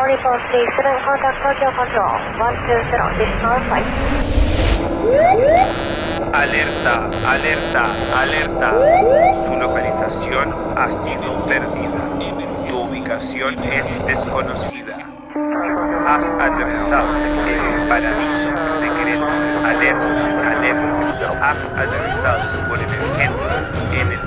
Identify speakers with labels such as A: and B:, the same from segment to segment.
A: 443 contact Tokyo Control 120, this is our flight.
B: Alerta, alerta, alerta. Su localización ha sido perdida. Tu ubicación es desconocida. Has aterrizado en el paraíso secreto. Alerta, alerta. Has aterrizado por emergencia en el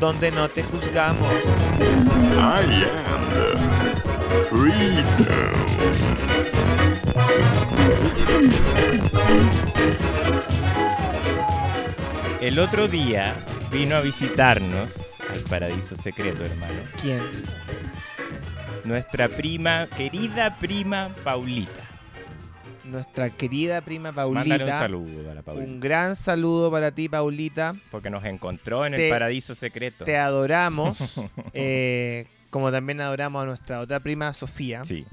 C: donde no te juzgamos.
D: I am freedom.
E: El otro día vino a visitarnos al paraíso secreto, hermano.
C: ¿Quién?
E: Nuestra prima, querida prima Paulita.
C: Nuestra querida prima
E: Mándale un
C: Paulita.
E: saludo a la
C: Un
E: Paulita.
C: gran saludo para ti, Paulita.
E: Porque nos encontró en
C: Te-
E: el paraíso secreto.
C: Te adoramos, eh, como también adoramos a nuestra otra prima, Sofía.
E: Sí.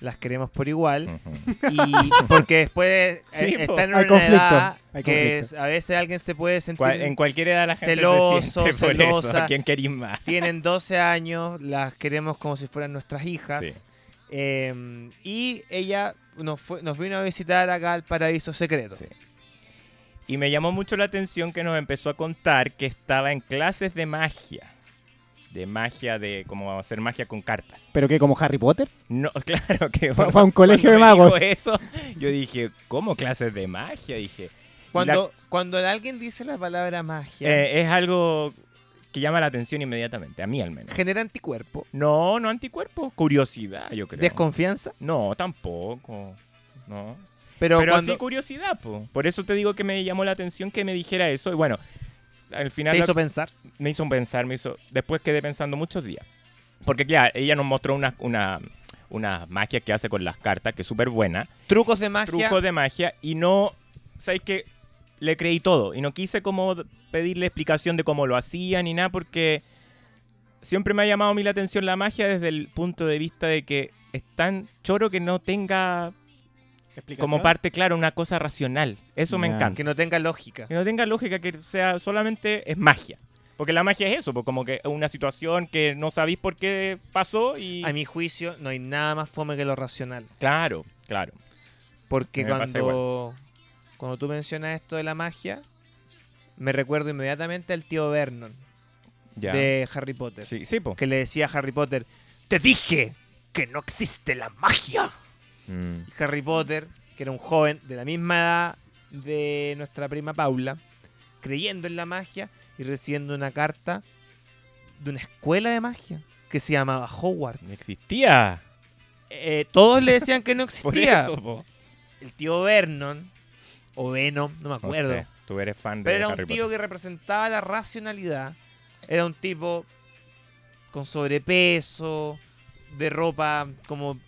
C: Las queremos por igual.
E: ujú.
C: y porque después
E: Sí,
C: eh,
E: po.
C: están en
F: Hay
C: una
F: conflicto,
C: edad
F: hay
C: que
F: conflicto.
C: es- a veces alguien se puede sentir
E: Cual- en cualquier edad la gente
C: Celoso,
E: se siente por
C: celosa.
E: eso. ¿A quién querís más?
C: tienen 12 años las queremos como si fueran nuestras hijas
E: Sí.
C: Eh, y ella nos, fue- nos vino a visitar acá al paraíso secreto
E: Sí. Y me llamó mucho la atención que nos empezó a contar que estaba en clases de magia. De magia, de cómo hacer magia con cartas.
F: ¿Pero qué, como Harry Potter?
E: No, claro que
F: Fue-
E: uno-
F: fue a un colegio
E: cuando
F: de
E: me
F: magos.
E: dijo eso, yo dije, ¿cómo clases de magia? Dije,
C: cuando cuando alguien dice la palabra magia
E: eh, es algo que llama la atención inmediatamente, a mí al menos.
C: genera anticuerpo
E: No, no anticuerpos, curiosidad, yo creo.
C: desconfianza
E: no, tampoco. No.
C: pero,
E: Pero,
C: cuando
E: así curiosidad, po. Por eso te digo que me llamó la atención que me dijera eso y bueno, al final
C: te
E: lo-
C: hizo pensar
E: me hizo pensar, me hizo. Después quedé pensando muchos días. Porque, claro, ella nos mostró una, una, una magia que hace con las cartas, que es súper buena.
C: trucos de magia
E: Trucos de magia. Y no. ¿Sabes que Le creí todo. Y no quise como d- pedirle explicación de cómo lo hacía ni nada, porque siempre me ha llamado a mí la atención la magia desde el punto de vista de que es tan choro que no tenga como parte, claro, una cosa racional. Eso me
F: Ya.
E: encanta.
C: que no tenga lógica
E: Que no tenga lógica, que sea solamente es magia. Porque la magia es eso, pues como que es una situación que no sabéis por qué pasó y...
C: a mi juicio no hay nada más fome que lo racional
E: Claro, claro.
C: Porque
E: Me pasa
C: cuando, cuando tú mencionas esto de la magia, me recuerdo inmediatamente al tío Vernon
E: Ya.
C: de Harry Potter.
E: Sí, sí, po.
C: Que le decía a Harry Potter, te dije que no existe la magia.
E: Mm.
C: Y Harry Potter, que era un joven de la misma edad de nuestra prima Paula, creyendo en la magia y recibiendo una carta de una escuela de magia que se llamaba
E: No
C: Hogwarts.
E: existía.
C: Eh, todos le decían que no
E: Por
C: existía.
E: eso, po.
C: el tío Vernon, o Venom, no me
E: No
C: acuerdo,
E: sé, tú eres fan de
C: pero era un
E: Harry
C: tío
E: Potter.
C: que representaba la racionalidad. Era un tipo con sobrepeso, de ropa como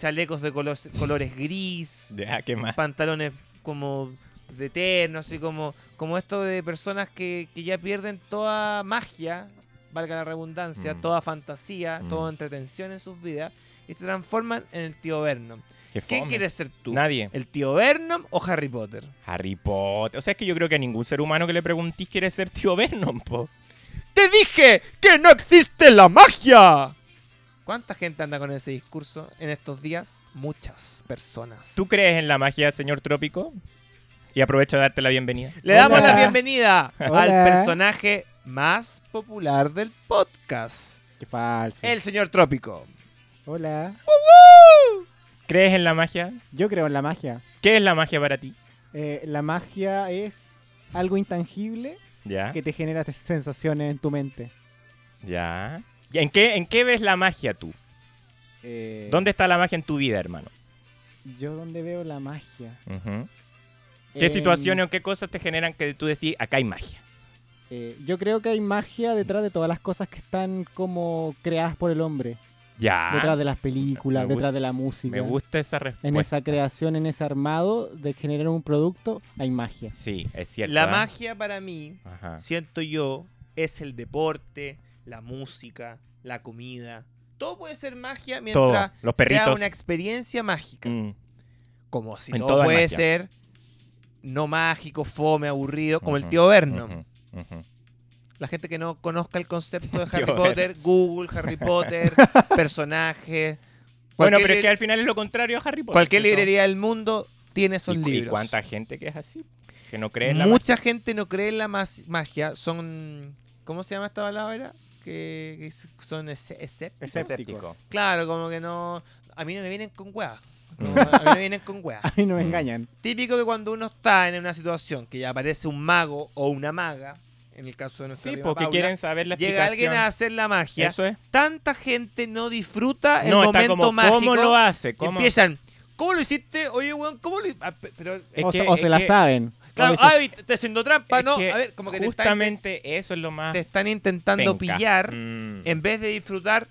C: chalecos de color- colores gris,
E: Ya, Ah, ¿qué más?
C: pantalones como de terno, así como, como esto de personas que, que ya pierden toda magia, valga la redundancia,
E: Mm.
C: toda fantasía,
E: Mm.
C: toda entretención en sus vidas y se transforman en el tío Vernon.
E: Qué
C: ¿Quién
E: fome.
C: quieres ser tú?
E: Nadie.
C: ¿El tío Vernon o Harry Potter?
E: Harry Potter. O sea, es que yo creo que a ningún ser humano que le preguntís quiere ser tío Vernon, po.
C: ¡Te dije que no existe la magia! ¿Cuánta gente anda con ese discurso en estos días? Muchas personas.
E: ¿Tú crees en la magia, señor Trópico? Y aprovecho de darte la bienvenida.
C: Le damos
F: Hola.
C: la bienvenida al
F: Hola.
C: personaje más popular del podcast,
F: Qué falso.
C: el señor Trópico.
F: Hola.
E: ¿Crees en la magia?
F: Yo creo en la magia.
E: ¿Qué es la magia para ti?
F: Eh, la magia es algo intangible
E: Ya.
F: que te genera te- sensaciones en tu mente.
E: Ya. ¿Y en qué, en qué ves la magia tú?
F: Eh,
E: ¿Dónde está la magia en tu vida, hermano?
F: Yo dónde veo la magia.
E: ¿Qué
F: En-
E: situaciones o qué cosas te generan que tú decís, acá hay magia?
F: eh, yo creo que hay magia detrás de todas las cosas que están como creadas por el hombre.
E: Ya.
F: detrás de las películas,
E: Ah, me gu-
F: detrás de la música.
E: Me gusta Pues. esa respuesta.
F: En esa creación, en ese armado de generar un producto, hay magia.
E: Sí, es cierto.
C: La
E: ¿ah?
C: magia para mí,
E: Ajá.
C: siento yo, es el deporte, la música, la comida. Todo puede ser magia mientras
E: Los
C: sea
E: perritos.
C: una experiencia mágica.
E: Mm,
C: Como si
E: En
C: todo
E: toda
C: puede
E: magia.
C: ser no mágico, fome, aburrido, como el
E: Ujú,
C: tío Vernon.
E: ujú, ujú.
C: La gente que no conozca el concepto de Harry
E: Tío
C: Potter, Google, Harry Potter, personajes.
E: Bueno,
C: cualquier
E: pero es que
C: libr-
E: al final es lo contrario a Harry Potter.
C: Cualquier
E: ¿cierto?
C: librería del mundo tiene esos
E: ¿Y, cu- y
C: libros.
E: cuánta gente que es así? Que no cree en la
C: Mucha gente no cree en la mas- magia. Son. ¿Cómo se llama esta palabra? Que, que s- son ese- escépticos.
E: magia.
F: Escéptico.
C: Claro, como que no. A mí no me vienen con weas. No, a mí no me vienen con weas.
F: Ay,
E: Mm.
F: no me engañan.
C: Típico que cuando uno está en una situación que ya aparece un mago o una maga, en el caso de nuestra
E: Sí,
C: prima
E: porque
C: Paula,
E: quieren saber la
C: llega alguien
E: explicación.
C: a hacer la magia.
E: Eso es.
C: Tanta gente no disfruta el
E: no, está
C: momento
E: como,
C: mágico.
E: ¿cómo lo hace?
C: que
E: ¿Cómo?
C: Empiezan. ¿Cómo lo hiciste? Oye, weón, ¿cómo lo hiciste? pero, eh,
E: Es
F: o
E: que-
F: se- o
E: es
F: se la
E: que-
F: saben.
C: claro,
F: O dicen,
C: ay, te haciendo trampa,
E: Es
C: ¿no?
E: que
C: A ver, como que te están-
E: justamente eso es lo más
C: te están intentando
E: penca.
C: pillar
E: Mm,
C: en vez de disfrutar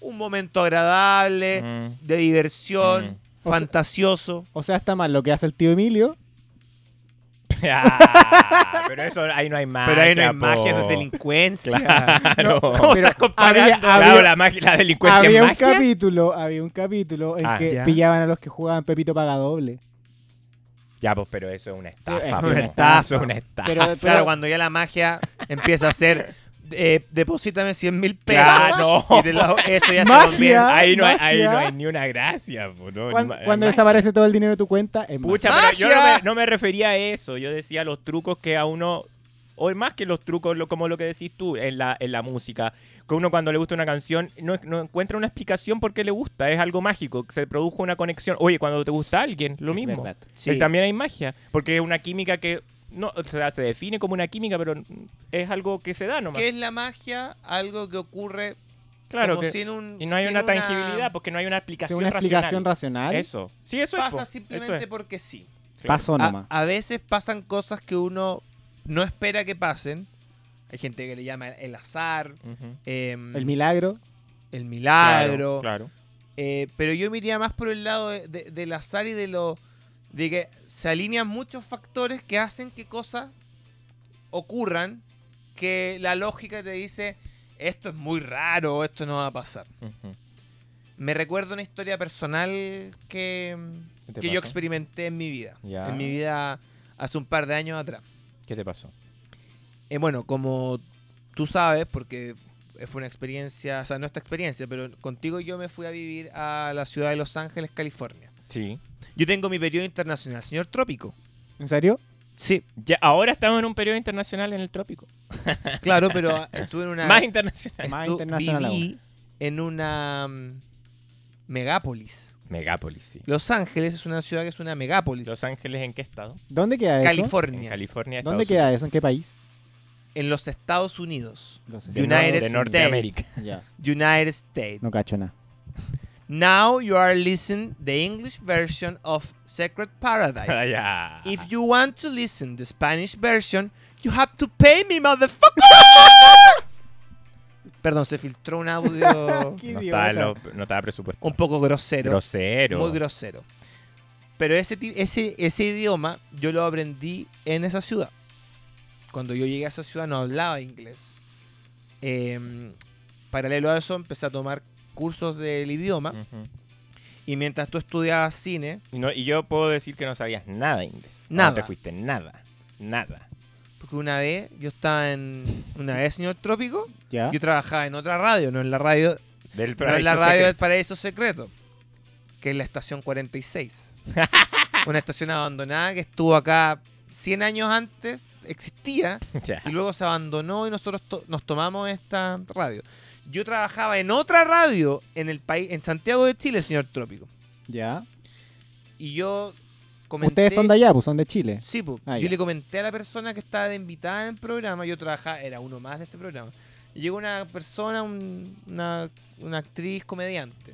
C: un momento agradable,
E: mm.
C: de diversión,
F: Mm.
C: fantasioso.
F: o sea, está mal lo que hace el tío Emilio.
E: Ah, pero eso ahí no hay magia.
C: pero ahí no hay
E: po.
C: magia de delincuencia.
E: Claro.
C: ¿Cómo
F: Pero
C: estás comparando?
F: había-
E: Claro, la, magia, la delincuencia es
F: había un
E: magia.
F: capítulo, había un capítulo en
E: Ah,
F: que
C: ya.
F: pillaban a los que jugaban Pepito Pagadoble.
E: Ya, pues, pero eso es una estafa.
F: Eso es
E: po.
F: una
C: estafa.
E: Eso es una estafa.
F: Pero, pero-
C: Ah, Claro, cuando ya la magia empieza a ser. Eh, deposítame 100 mil pesos.
E: Claro.
C: Y te lo- eso ya
F: Magia.
C: se convierte.
E: ahí, no hay, ahí
F: magia.
E: no hay ni una gracia. po, no,
F: cuan-
E: Ma-
F: cuando
E: magia.
F: desaparece todo el dinero de tu cuenta, es
E: eh, Pucha,
C: ¡Magia!
E: pero yo no me, no me refería a eso. Yo decía los trucos que a uno. O más que los trucos, lo- como lo que decís tú en la, en la música. Que uno cuando le gusta una canción no, no encuentra una explicación por qué le gusta. Es algo mágico. Se produjo una conexión. Oye, cuando te gusta alguien, lo
F: Es
E: mismo.
F: verdad.
C: Sí.
E: Eh, También hay magia. Porque es una química que. No, o sea, se define como una química, pero es algo que se da nomás.
C: ¿Qué es la magia? Algo que ocurre
E: Claro
C: como
E: que.
C: sin un.
E: Y no hay
C: sin
E: una tangibilidad, porque no hay una
F: Es
E: explicación,
F: una explicación
E: racional.
F: racional.
E: Eso. Sí, eso es, po.
C: Pasa
E: Eso es.
C: simplemente porque sí.
F: Pasó
C: A-
F: nomás.
C: A, veces pasan cosas que uno no espera que pasen. Hay gente que le llama el azar,
E: Ujú.
C: em,
F: El milagro.
C: el milagro.
E: Claro, claro.
C: eh, pero yo me iría más por el lado de- de- del azar y de lo de que se alinean muchos factores que hacen que cosas ocurran que la lógica te dice esto es muy raro, esto no va a pasar.
E: Ujú.
C: Me recuerdo una historia personal que,
E: ¿Qué
C: que
E: te
C: yo
E: pasó?
C: experimenté en mi vida.
E: Ya.
C: En mi vida hace un par de años atrás.
E: ¿Qué te pasó?
C: Eh, bueno, como tú sabes, porque fue una experiencia, o sea, no esta experiencia, pero contigo yo me fui a vivir a la ciudad de Los Ángeles, California.
E: Sí.
C: Yo tengo mi periodo internacional, señor Trópico.
F: ¿En serio?
C: Sí,
E: Ya, ahora estamos en un periodo internacional en el trópico.
C: claro, pero ah, estuve en una...
E: Más internacional.
C: estu-
F: Más internacional
C: Viví en una mm, megápolis.
E: Megápolis, sí.
C: Los Ángeles es una ciudad que es una megápolis.
E: Los Ángeles, ¿en qué estado?
F: ¿Dónde queda eso?
E: En
C: California,
E: California, Estados
F: ¿Dónde queda eso? ¿En qué país?
C: en los Estados Unidos.
F: Los
E: Unidos. De,
C: United
E: Nor- de
C: States.
E: Norteamérica.
F: Ya,
C: United States.
F: no cacho nada.
C: Now you are listening the English version of Secret Paradise.
E: Ah, ya.
C: If you want to listen the Spanish version, you have to pay me, motherfucker. Perdón, se filtró un audio
F: Qué
E: no,
F: idiota.
E: estaba lo- no estaba presupuesto.
C: un poco grosero,
E: Grosero.
C: muy grosero. Pero ese, ti- ese, ese idioma yo lo aprendí en esa ciudad. Cuando yo llegué a esa ciudad no hablaba inglés. Em, paralelo a eso empecé a tomar cursos del idioma
E: Ujú.
C: y mientras tú estudiabas cine,
E: y, no- y yo puedo decir que no sabías nada de inglés.
C: Nada.
E: No te fuiste nada. Nada.
C: porque una vez yo estaba en una vez señor trópico
F: Ya.
C: Yo trabajaba en otra radio, no en la radio,
E: Del
C: no en
E: paraíso
C: la radio del
E: secreto.
C: Paraíso Secreto, que es la estación 46. Una estación abandonada que estuvo acá 100 años antes, existía,
E: Ya.
C: y luego se abandonó y nosotros to- nos tomamos esta radio. Yo trabajaba en otra radio en el país, en Santiago de Chile, señor Trópico.
F: Ya.
C: Y yo comenté...
F: Ustedes son de allá, pues son de Chile.
C: Sí, po.
F: Ah,
C: yo
F: ya.
C: le comenté a la persona que estaba de invitada en el programa, yo trabajaba, era uno más de este programa. Y llegó una persona, un- una, una actriz comediante.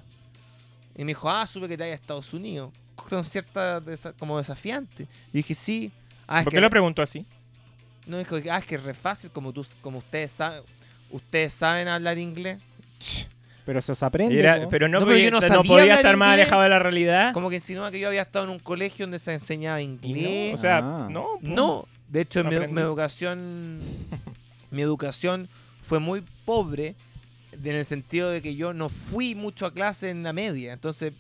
C: Y me dijo, ah, supe que te vayas a Estados Unidos. Con cierta desa- como desafiante. Y dije, sí. Ah, es
E: ¿Por
C: que
E: qué lo pregunto así?
C: no dijo, ah, es que es re fácil, como tú, como ustedes saben, ustedes saben hablar inglés.
F: Pero eso se aprende.
E: Era-
F: po.
E: pero no,
C: No, pero
E: podía,
C: yo no
E: no
C: sabía
E: podía
C: hablar
E: estar más
C: inglés.
E: alejado de la realidad.
C: Como que insinuaba que yo había estado en un colegio donde se enseñaba
E: Y no,
C: inglés.
E: o sea,
F: Ah.
E: no. po.
C: No, de hecho
E: No
C: mi,
E: aprendí.
C: mi educación mi educación fue muy pobre en el sentido de que yo no fui mucho a clase en la media, entonces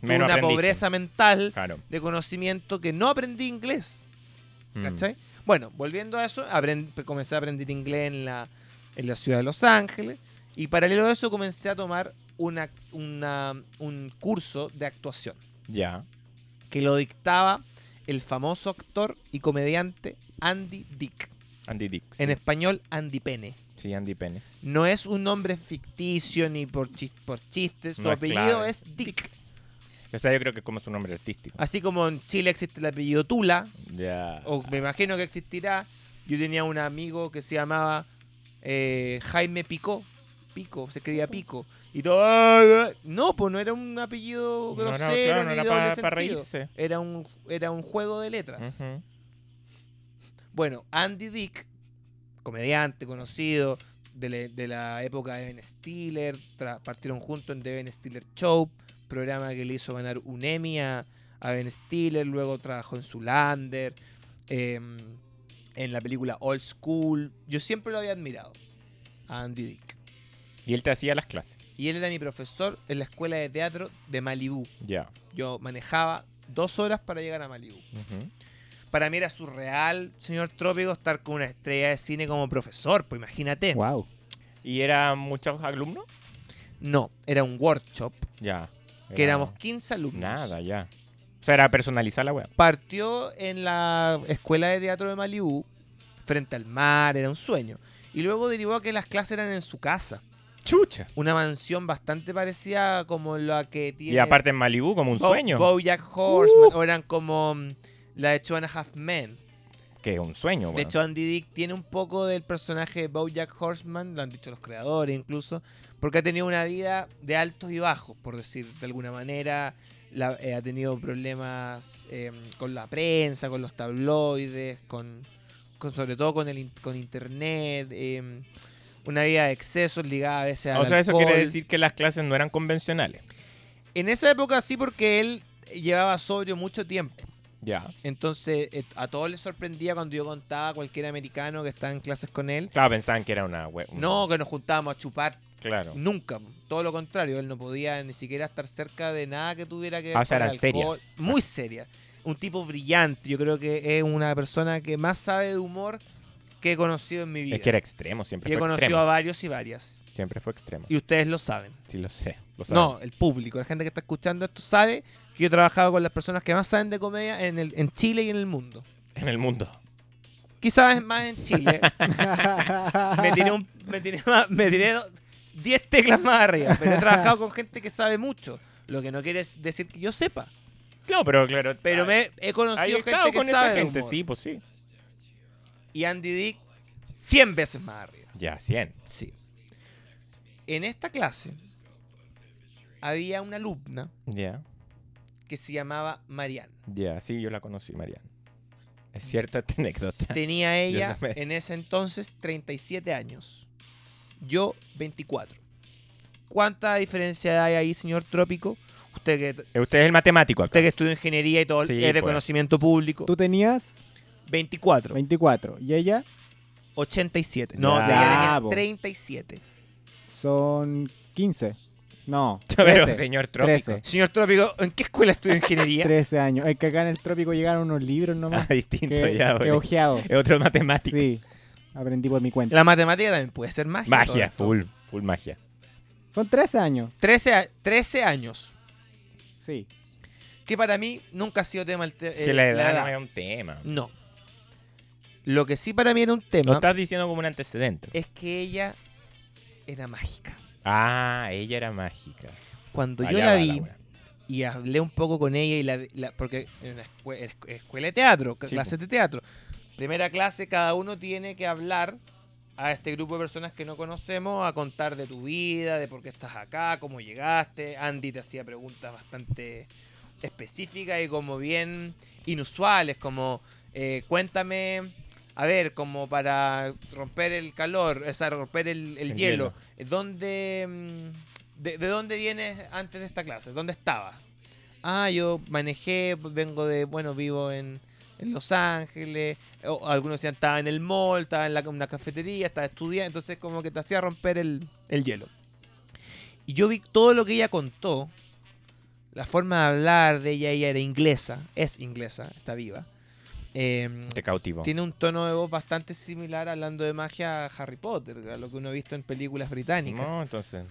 C: tuve
E: Menos
C: una
E: aprendiste.
C: pobreza mental
E: Claro.
C: de conocimiento que no aprendí inglés,
E: Mm.
C: ¿cachai? Bueno, volviendo a eso, aprend- comencé a aprender inglés en la, en la ciudad de Los Ángeles y paralelo a eso comencé a tomar una, una- un curso de actuación
E: Ya.
C: que lo dictaba el famoso actor y comediante Andy Dick.
E: Andy Dick. Sí,
C: En español, Andy Pene.
E: Sí, Andy Pene.
C: No es un nombre ficticio ni por, chis- por chiste. Su
E: No es
C: apellido
E: clave.
C: es Dick.
E: O sea, yo creo que es como su nombre artístico.
C: Así como en Chile existe el apellido Tula,
E: Ya.
C: Ah. o me imagino que existirá. Yo tenía un amigo que se llamaba eh, Jaime Picó. Pico, se escribía Pico. Y todo. "Ah, ah". No, pues no era un apellido
E: No, no,
C: grosero
E: claro, no
C: ni
E: era
C: doble
E: para-
C: sentido.
E: para reírse.
C: Era un, era un juego de letras.
E: Ujú.
C: Bueno, Andy Dick, comediante conocido de, le- de la época de Ben Stiller, tra- partieron juntos en The Ben Stiller Show, programa que le hizo ganar un Emmy a, a Ben Stiller, luego trabajó en Zulander, em, en la película Old School. Yo siempre lo había admirado, a Andy Dick.
E: Y él te hacía las clases.
C: Y él era mi profesor en la escuela de teatro de Malibú.
E: Ya.
C: Yo manejaba dos horas para llegar a Malibú.
E: Ujú.
C: Para mí era surreal, señor Trópico, estar con una estrella de cine como profesor, pues imagínate.
F: Wow.
E: ¿Y eran muchos alumnos?
C: No, era un workshop,
E: Ya.
C: que
E: Era
C: éramos 15 alumnos.
E: Nada, ya. O sea, era personalizar la web.
C: Partió en la escuela de teatro de Malibú, frente al mar, era un sueño. Y luego derivó a que las clases eran en su casa,
E: Chucha.
C: una mansión bastante parecida como la que tiene...
E: Y aparte en Malibú, como un
C: Bo-
E: sueño. Uh.
C: Bojack Horseman, o eran como mm, la de Two and a Half Men.
E: Que es un sueño,
C: De
E: weón.
C: hecho, Andy Dick tiene un poco del personaje de Bojack Horseman, lo han dicho los creadores incluso, porque ha tenido una vida de altos y bajos, por decir de alguna manera. La- eh, ha tenido problemas eh, con la prensa, con los tabloides, con, con- sobre todo con el in- con internet. eh, una vida de excesos ligada a veces a
E: o sea, eso quiere decir que las clases no eran convencionales.
C: En esa época sí, porque él llevaba sobrio mucho tiempo.
E: Ya.
C: Entonces, eh, a todos les sorprendía cuando yo contaba a cualquier americano que estaba en clases con él.
E: Claro, pensaban que era una web. una-
C: No, que nos juntábamos a chupar.
E: Claro.
C: Nunca. Todo lo contrario. Él no podía ni siquiera estar cerca de nada que tuviera que ver
E: Ah, o sea,
C: con
E: eran serias.
C: alcohol. Muy seria. Un tipo brillante. Yo creo que es una persona que más sabe de humor que he conocido en mi vida.
E: Es que era extremo, siempre
C: y he
E: fue
C: conocido
E: extremo.
C: a varios y varias.
E: Siempre fue extremo.
C: Y ustedes lo saben.
E: Sí, lo sé. Lo sabemos.
C: No, el público. La gente que está escuchando esto sabe que yo he trabajado con las personas que más saben de comedia en, el, en Chile y en el mundo.
E: En el mundo.
C: Quizás más en Chile. me tiré un me tiré más- me tiré do- 10 teclas más arriba pero he trabajado con gente que sabe mucho lo que no quiere es decir que yo sepa
E: Claro, pero claro.
C: pero
E: ah,
C: me he conocido
E: ahí
C: gente
E: estaba
C: que
E: con
C: sabe
E: esa
C: de
E: gente,
C: humor.
E: sí, pues sí.
C: y Andy Dick 100 veces más arriba
E: Ya, 100.
C: sí en esta clase había una alumna
E: Ya,
C: que se llamaba Marianne
E: ya. Sí, yo la conocí, Mariana. Es cierta esta anécdota.
C: tenía ella
E: sabía.
C: en ese entonces 37 años yo 24 ¿cuánta diferencia hay ahí señor Trópico? usted que
E: Eh, Usted es el matemático acá.
C: Usted que estudió ingeniería y todo,
E: Sí,
C: es de
E: pues.
C: conocimiento público.
F: Tú tenías
C: 24,
F: 24 y ella
C: 87. No,
E: Ya,
C: tenía
F: po.
C: 37.
F: son 15. No,
E: Pero,
F: 13,
E: señor Trópico.
F: 13,
C: Señor Trópico, ¿en qué escuela estudió ingeniería?
F: 13 años. Es que acá en el trópico llegaron unos libros
E: Ah,
F: nomás.
E: distinto
F: que,
E: ya, güey.
F: que ojeado.
E: Es otro matemático.
F: Sí, aprendí por mi cuenta.
C: La matemática también puede ser magia. todo
E: Magia,
C: esto.
E: full, full magia.
F: Son 13 años.
C: 13, a- 13 años,
F: Sí.
C: que para mí nunca ha sido tema el te-
E: que
C: eh,
E: la edad no es un tema.
C: No. Lo que sí para mí era un
E: Lo
C: tema
E: estás diciendo como un antecedente.
C: es que ella era mágica.
E: Ah, ella era mágica.
C: Cuando yo
E: Allá
C: la
E: va
C: vi
E: wea.
C: y hablé un poco con ella y la, la- porque en una escue- es- escuela de teatro,
E: Sí,
C: clases de teatro. Primera clase, cada uno tiene que hablar a este grupo de personas que no conocemos, a contar de tu vida, de por qué estás acá, cómo llegaste. Andy te hacía preguntas bastante específicas y como bien inusuales, como eh, cuéntame, a ver, como para romper el calor, o sea, romper el, el
E: El
C: hielo, ¿dónde, mm, ¿De, de dónde vienes antes de esta clase? ¿Dónde estabas? Ah, yo manejé, vengo de, bueno, vivo en, en Los Ángeles. O algunos decían, estaba en el mall, estaba en la, una cafetería, estaba estudiando. Entonces como que te hacía romper el, el hielo. Y yo vi todo lo que ella contó. La forma de hablar de ella, ella era inglesa, es inglesa, está viva. Em,
E: Te cautivo.
C: tiene un tono de voz bastante similar hablando de magia a Harry Potter, a lo que uno ha visto en películas británicas.
E: No, entonces.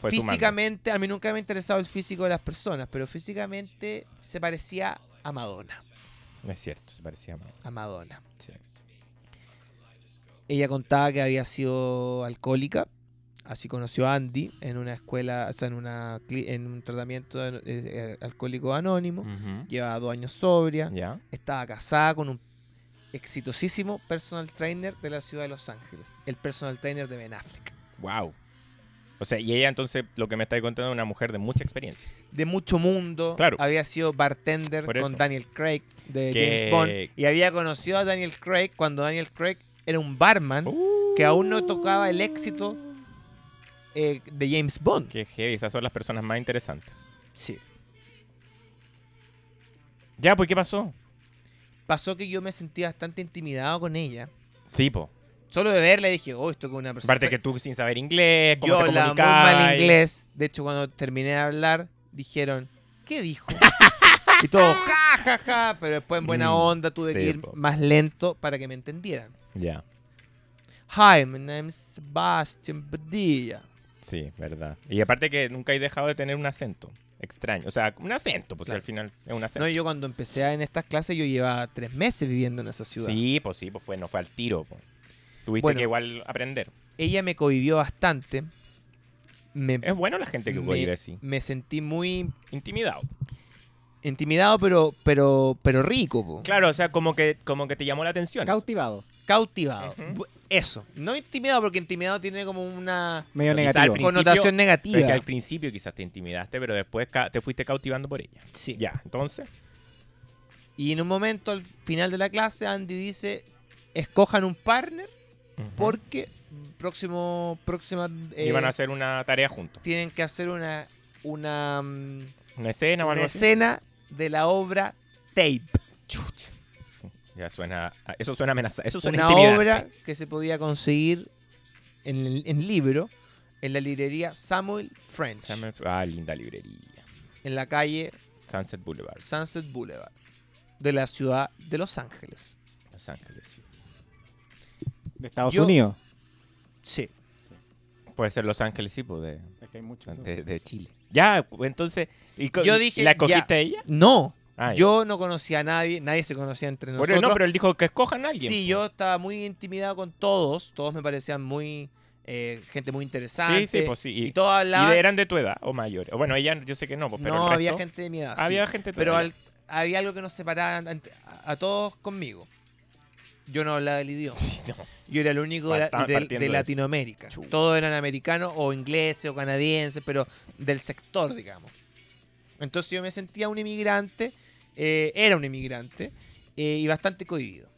E: Fue sumando.
C: físicamente, a mí nunca me ha interesado el físico de las personas, pero físicamente se parecía a Madonna.
E: No es cierto, se parecía mal.
C: A Madonna.
E: Sí.
C: Ella contaba que había sido alcohólica, así conoció a Andy en una escuela, o sea, en, una, cli- en un tratamiento de- eh, alcohólico anónimo.
E: Ujú.
C: Llevaba dos años sobria.
E: Mm. ¿Ya?
C: estaba casada con un exitosísimo personal trainer de la ciudad de Los Ángeles, el personal trainer de Ben Affleck.
E: Wow. O sea, y ella entonces, lo que me estáis contando, es una mujer de mucha experiencia.
C: De mucho mundo,
E: Claro.
C: había sido bartender
E: Por
C: con
E: eso.
C: Daniel Craig de
E: Que-
C: James Bond y había conocido a Daniel Craig cuando Daniel Craig era un
E: Oh.
C: barman que aún no tocaba el éxito eh, de James Bond.
E: Qué heavy, esas son las personas más interesantes.
C: Sí.
E: Ya, pues, ¿qué pasó?
C: Pasó que yo me sentí bastante intimidado con ella.
E: Sí, po.
C: Solo de verla dije, oh, esto con una persona.
E: Aparte que tú sin saber inglés, cómo
C: Yo
E: te
C: hablaba muy
E: comunicas,
C: mal
E: y-
C: inglés. De hecho, cuando terminé de hablar, dijeron, ¿qué dijo? y todo, ja, ja, ja. Pero después, en buena
E: Mm,
C: onda, tuve
E: sí,
C: que ir
E: po.
C: más lento para que me entendieran.
E: Ya,
C: Hi, my name is Sebastian Padilla.
E: sí, verdad. Y aparte que nunca he dejado de tener un acento extraño. O sea, un acento, pues si
C: Claro.
E: al final es un acento.
C: No, yo cuando empecé en estas clases, yo llevaba tres meses viviendo en esa ciudad.
E: sí, pues sí, pues fue, no fue al tiro. pues. Tuviste
C: Bueno.
E: que igual aprender.
C: Ella me cohibió bastante. Me,
E: Es bueno la gente que
C: me-
E: cohibe, sí.
C: me sentí muy
E: Intimidado.
C: intimidado, pero, pero, pero rico. po.
E: Claro, o sea, como que, como que te llamó la atención.
F: Cautivado.
C: Cautivado.
E: Ujú.
C: Bu- Eso. No intimidado, porque intimidado tiene como una...
F: Medio
E: Quizá al
F: negativo.
E: principio-
C: connotación
E: Pero es que
C: negativa.
E: al principio quizás te intimidaste, pero después ca- te fuiste cautivando por ella.
C: Sí.
E: Ya, entonces.
C: Y en un momento, al final de la clase, Andy dice, escojan un partner
E: ujú,
C: porque próximo, próxima, eh,
E: iban a hacer una tarea juntos.
C: tienen que hacer una, una, mm,
E: Una escena o
C: una
E: algo así.
C: escena de la obra Tape.
E: Chucha. Ya suena. Eso suena amenaza. Eso suena
C: Una
E: intimidante.
C: obra que se podía conseguir en, el- en libro en la librería Samuel French,
E: Dame- Ah, linda librería.
C: en la calle
E: Sunset Boulevard,
C: Sunset Boulevard, de la ciudad de Los Ángeles.
E: Los Ángeles.
F: De Estados
C: Yo-
F: Unidos.
C: Sí.
E: Puede ser Los Ángeles, sí, pues, de,
F: Es que hay muchos.
E: de, de Chile. Ya, entonces. Y co-
C: Yo dije,
E: ¿La cogiste
C: ya.
E: a ella?
C: No,
E: Ah, ya.
C: yo no conocía a nadie, nadie se conocía entre nosotros.
E: Bueno, no, pero él dijo que escojan a alguien. pues.
C: Sí, yo estaba muy intimidado con todos. Todos me parecían muy. eh, gente muy interesante.
E: Sí, sí, pues sí.
C: Y,
E: Y,
C: todos
E: y
C: hablaban.
E: de- eran de tu edad o mayores. O Bueno, ella yo sé que no, pues, pero
C: no,
E: el resto,
C: había gente de mi edad. sí.
E: había gente
C: Pero
E: todavía.
C: al- había algo que nos separaba ante- a, a todos conmigo. Yo no hablaba el idioma.
E: no.
C: Yo era el único de, la-
E: Parta-
C: del-
E: partiendo
C: de
E: de eso.
C: Latinoamérica.
E: Chu.
C: Todos eran americanos o ingleses o canadienses, pero del sector, digamos. Entonces yo me sentía un inmigrante, eh, era un inmigrante, eh, y bastante cohibido.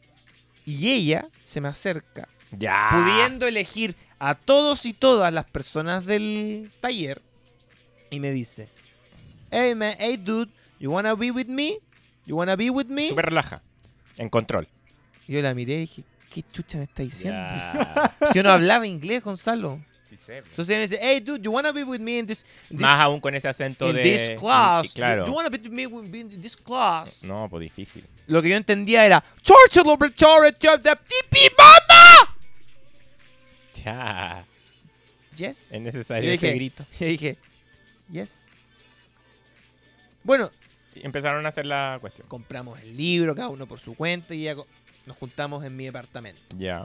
C: Y ella se me acerca
E: Ya.
C: pudiendo elegir a todos y todas las personas del taller y me dice, hey man, hey dude, you wanna be with me? You wanna be with me?
E: Súper relaja. En control.
C: Yo la miré y dije, ¿qué chucha me está diciendo?
E: Ya.
C: Si yo no hablaba inglés, Gonzalo.
E: Sí sé, pues.
C: Entonces ella me dice, hey dude, you wanna be with me in this, this-
E: Más aún con ese acento
C: in
E: de.
C: this class?
E: y- Claro.
C: You wanna be with me in this class?
E: No, pues difícil.
C: Lo que yo entendía era, Churchill Laboratory of the Pipi Mama.
E: Ya.
C: Yes.
E: Es necesario
C: Yo
E: ese
C: dije-
E: grito.
C: Yo dije, yes. Bueno,
E: Y empezaron a hacer la cuestión.
C: compramos el libro, cada uno por su cuenta, y ya co- nos juntamos en mi departamento.
E: Ya.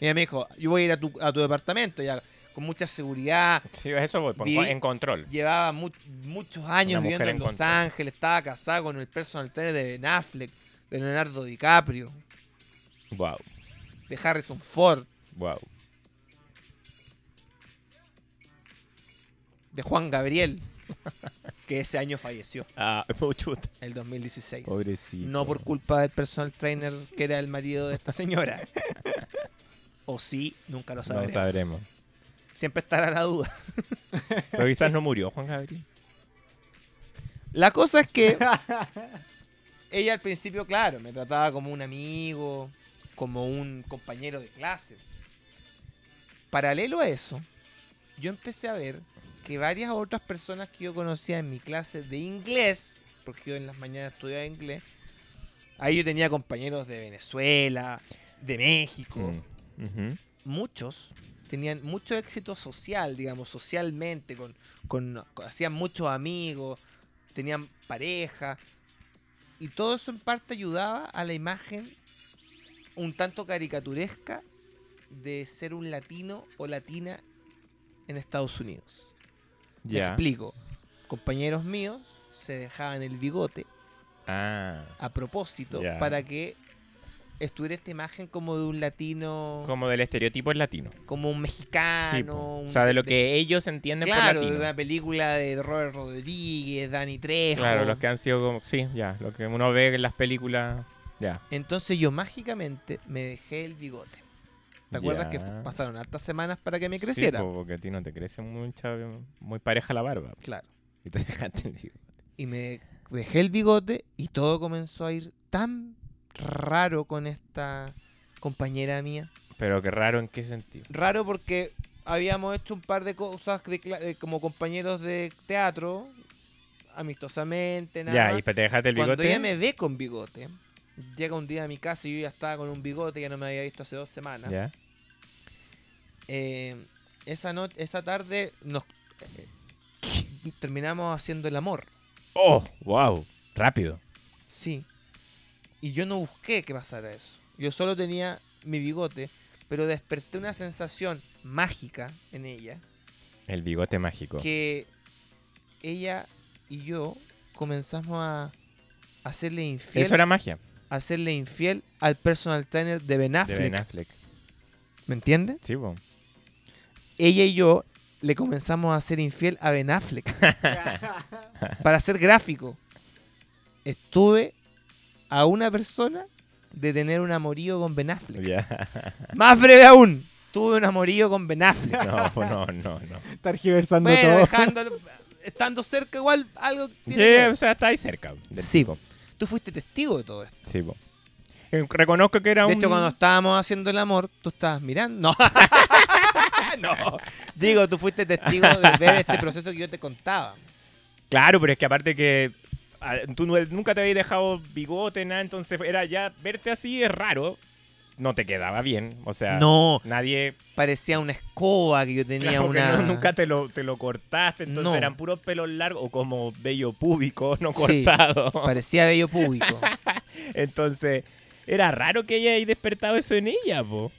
C: Y ella me dijo, yo voy a ir a tu, a tu departamento, ya con mucha seguridad.
E: Sí, eso voy, pues,
C: Viví-
E: en control.
C: Llevaba mu- muchos años
E: Una
C: viviendo
E: mujer
C: en
E: en
C: Los
E: contra.
C: Ángeles, estaba casada con el personal trainer de Ben Affleck, de Leonardo DiCaprio,
E: Wow,
C: de Harrison Ford,
E: wow.
C: de Juan Gabriel, que ese año falleció,
E: Ah, chuta.
C: el 2016.
E: Pobrecito.
C: No por culpa del personal trainer que era el marido de esta señora. o sí, nunca lo
E: No
C: sabremos.
E: sabremos.
C: Siempre estará la duda.
E: Pero quizás no murió Juan Gabriel.
C: La cosa es que ella al principio, claro, me trataba como un amigo, como un compañero de clase. Paralelo a eso, yo empecé a ver que varias otras personas que yo conocía en mi clase de inglés, porque yo en las mañanas estudiaba inglés, ahí yo tenía compañeros de Venezuela, de México,
E: Mm. Ujú.
C: muchos tenían mucho éxito social, digamos, socialmente, con, con, con- hacían muchos amigos, tenían pareja, y todo eso en parte ayudaba a la imagen un tanto caricaturesca de ser un latino o latina en Estados Unidos. Me
E: Ya.
C: explico. Compañeros míos se dejaban el bigote
E: Ah.
C: a propósito
E: Ya.
C: para que estuviera esta imagen como de un latino
E: Como del estereotipo es latino.
C: como un
E: Sí,
C: mexicano.
E: po.
C: Ah, un-
E: o sea, de lo que ellos entienden
C: Claro, de
E: por latino.
C: una película de Robert Rodríguez, Dani Trejo.
E: Claro, los que han sido como. Sí, ya. Lo que uno ve en las películas. Ya.
C: Entonces yo mágicamente me dejé el bigote. ¿Te acuerdas
E: Ya.
C: que f- pasaron hartas semanas para que me creciera?
E: Sí, po, porque a ti no te crece mucha, muy pareja la barba.
C: claro.
E: Y te dejaste el bigote.
C: Y me dejé el bigote y todo comenzó a ir tan raro con esta compañera mía.
E: Pero qué raro en qué sentido.
C: Raro porque habíamos hecho un par de cosas de cla- de- como compañeros de teatro, amistosamente, nada.
E: Ya,
C: más.
E: y te dejaste el
C: Cuando ella
E: bigote.
C: me ve con bigote, llega un día a mi casa y yo ya estaba con un bigote, ya no me había visto hace dos semanas.
E: Ya.
C: Eh, esa, no- esa tarde nos eh, terminamos haciendo el amor.
E: Oh, wow. Rápido.
C: Sí. Y yo no busqué que pasara eso. Yo solo tenía mi bigote, pero desperté una sensación mágica en ella
E: El bigote mágico.
C: que ella y yo comenzamos a hacerle infiel,
E: Eso era magia
C: a hacerle infiel al personal trainer de Ben
E: de
C: Affleck.
E: Ben Affleck.
C: ¿Me entiendes?
E: Sí, po.
C: Ella y yo le comenzamos a ser infiel a Ben Affleck. para ser gráfico. Estuve a una persona de tener un amorío con Ben Affleck.
E: Ya.
C: Más breve aún, tuve un amorío con Ben Affleck.
E: No, po, no, no, no.
F: Tergiversando
C: Bueno,
F: todo.
C: dejándolo- estando cerca igual algo tiene que
E: Sí,
C: ver.
E: o sea, está ahí cerca. del
C: Sí.
E: pico.
C: Tú fuiste testigo de todo esto.
E: Sí, po. Eh, Reconozco que era
C: De
E: un.
C: hecho, cuando estábamos haciendo el amor, tú estabas mirando. No. no. Digo, tú fuiste testigo de ver este proceso que yo te contaba.
E: Claro, pero es que aparte que ah, tú nu- nunca te habías dejado bigote, nada, entonces era ya verte así es raro. No te quedaba bien, o sea,
C: No,
E: nadie
C: parecía una escoba que yo tenía
E: claro que
C: una.
E: no, nunca te lo, te lo cortaste, entonces
C: No.
E: eran puros pelos largos o como vello púbico no
C: Sí.
E: cortado.
C: Parecía bello público.
E: Entonces, era raro que ella haya despertado eso en ella, po.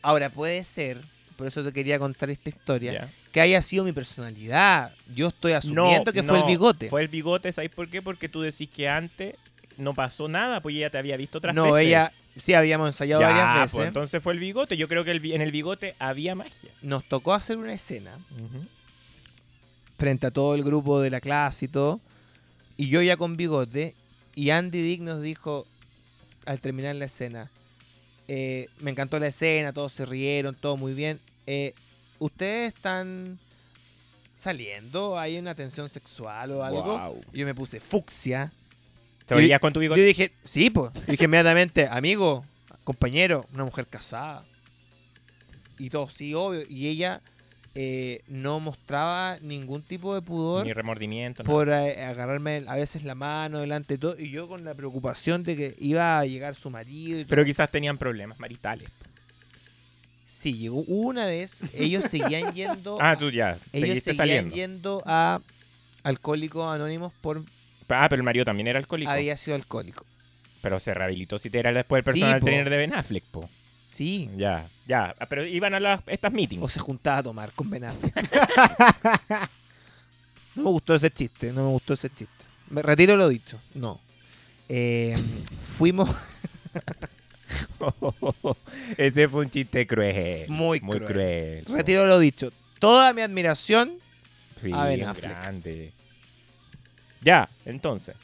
C: Ahora, puede ser, por eso te quería contar esta historia,
E: Ya.
C: que haya sido mi personalidad. Yo estoy asumiendo que fue el
E: no,
C: bigote.
E: Fue el bigote, ¿sabes por qué? Porque tú decís que antes no pasó nada, pues ella te había visto otras
C: no,
E: veces.
C: ella. Sí, habíamos ensayado
E: Ya,
C: varias
E: po,
C: veces.
E: entonces fue el bigote. Yo creo que el bi- en el bigote había magia.
C: Nos tocó hacer una escena frente a todo el grupo de la clase y todo. Y yo ya con bigote. Y Andy Dick nos dijo al terminar la escena. eh, me encantó la escena, todos se rieron, todo muy bien. eh, ¿Ustedes están saliendo? ¿Hay una tensión sexual o algo?
E: Guau.
C: Yo me puse fucsia.
E: ¿Te
C: Yo-
E: veías con tu
C: Yo
E: bigote?
C: dije, sí, pues. Yo dije inmediatamente, amigo, compañero, una mujer casada. Y todo, sí, obvio. Y ella eh, no mostraba ningún tipo de pudor
E: Ni remordimiento. nada.
C: por eh, agarrarme a veces la mano delante de todo. Y yo con la preocupación de que iba a llegar su marido. y todo.
E: Pero quizás tenían problemas maritales.
C: Sí, llegó hubo una vez, ellos seguían yendo.
E: Ah,
C: a-
E: tú ya.
C: Oh, ellos
E: Seguiste
C: seguían
E: saliendo.
C: yendo a Alcohólicos Anónimos por
E: Ah, pero el marido también era alcohólico.
C: había sido alcohólico.
E: Pero se rehabilitó si te era después el
C: Sí,
E: personal
C: po.
E: trainer de Ben Affleck, po.
C: Sí.
E: Ya, ya. Ah, Pero iban a las, estas meetings.
C: O se juntaba a tomar con Ben Affleck. no me gustó ese chiste, no me gustó ese chiste. Me retiro lo dicho, no. Eh, fuimos
E: Ese fue un chiste cruel.
C: Muy
E: Muy cruel. po.
C: Retiro lo dicho. Toda mi admiración.
E: Sí,
C: a Ben
E: un
C: Affleck.
E: grande. Ya, entonces.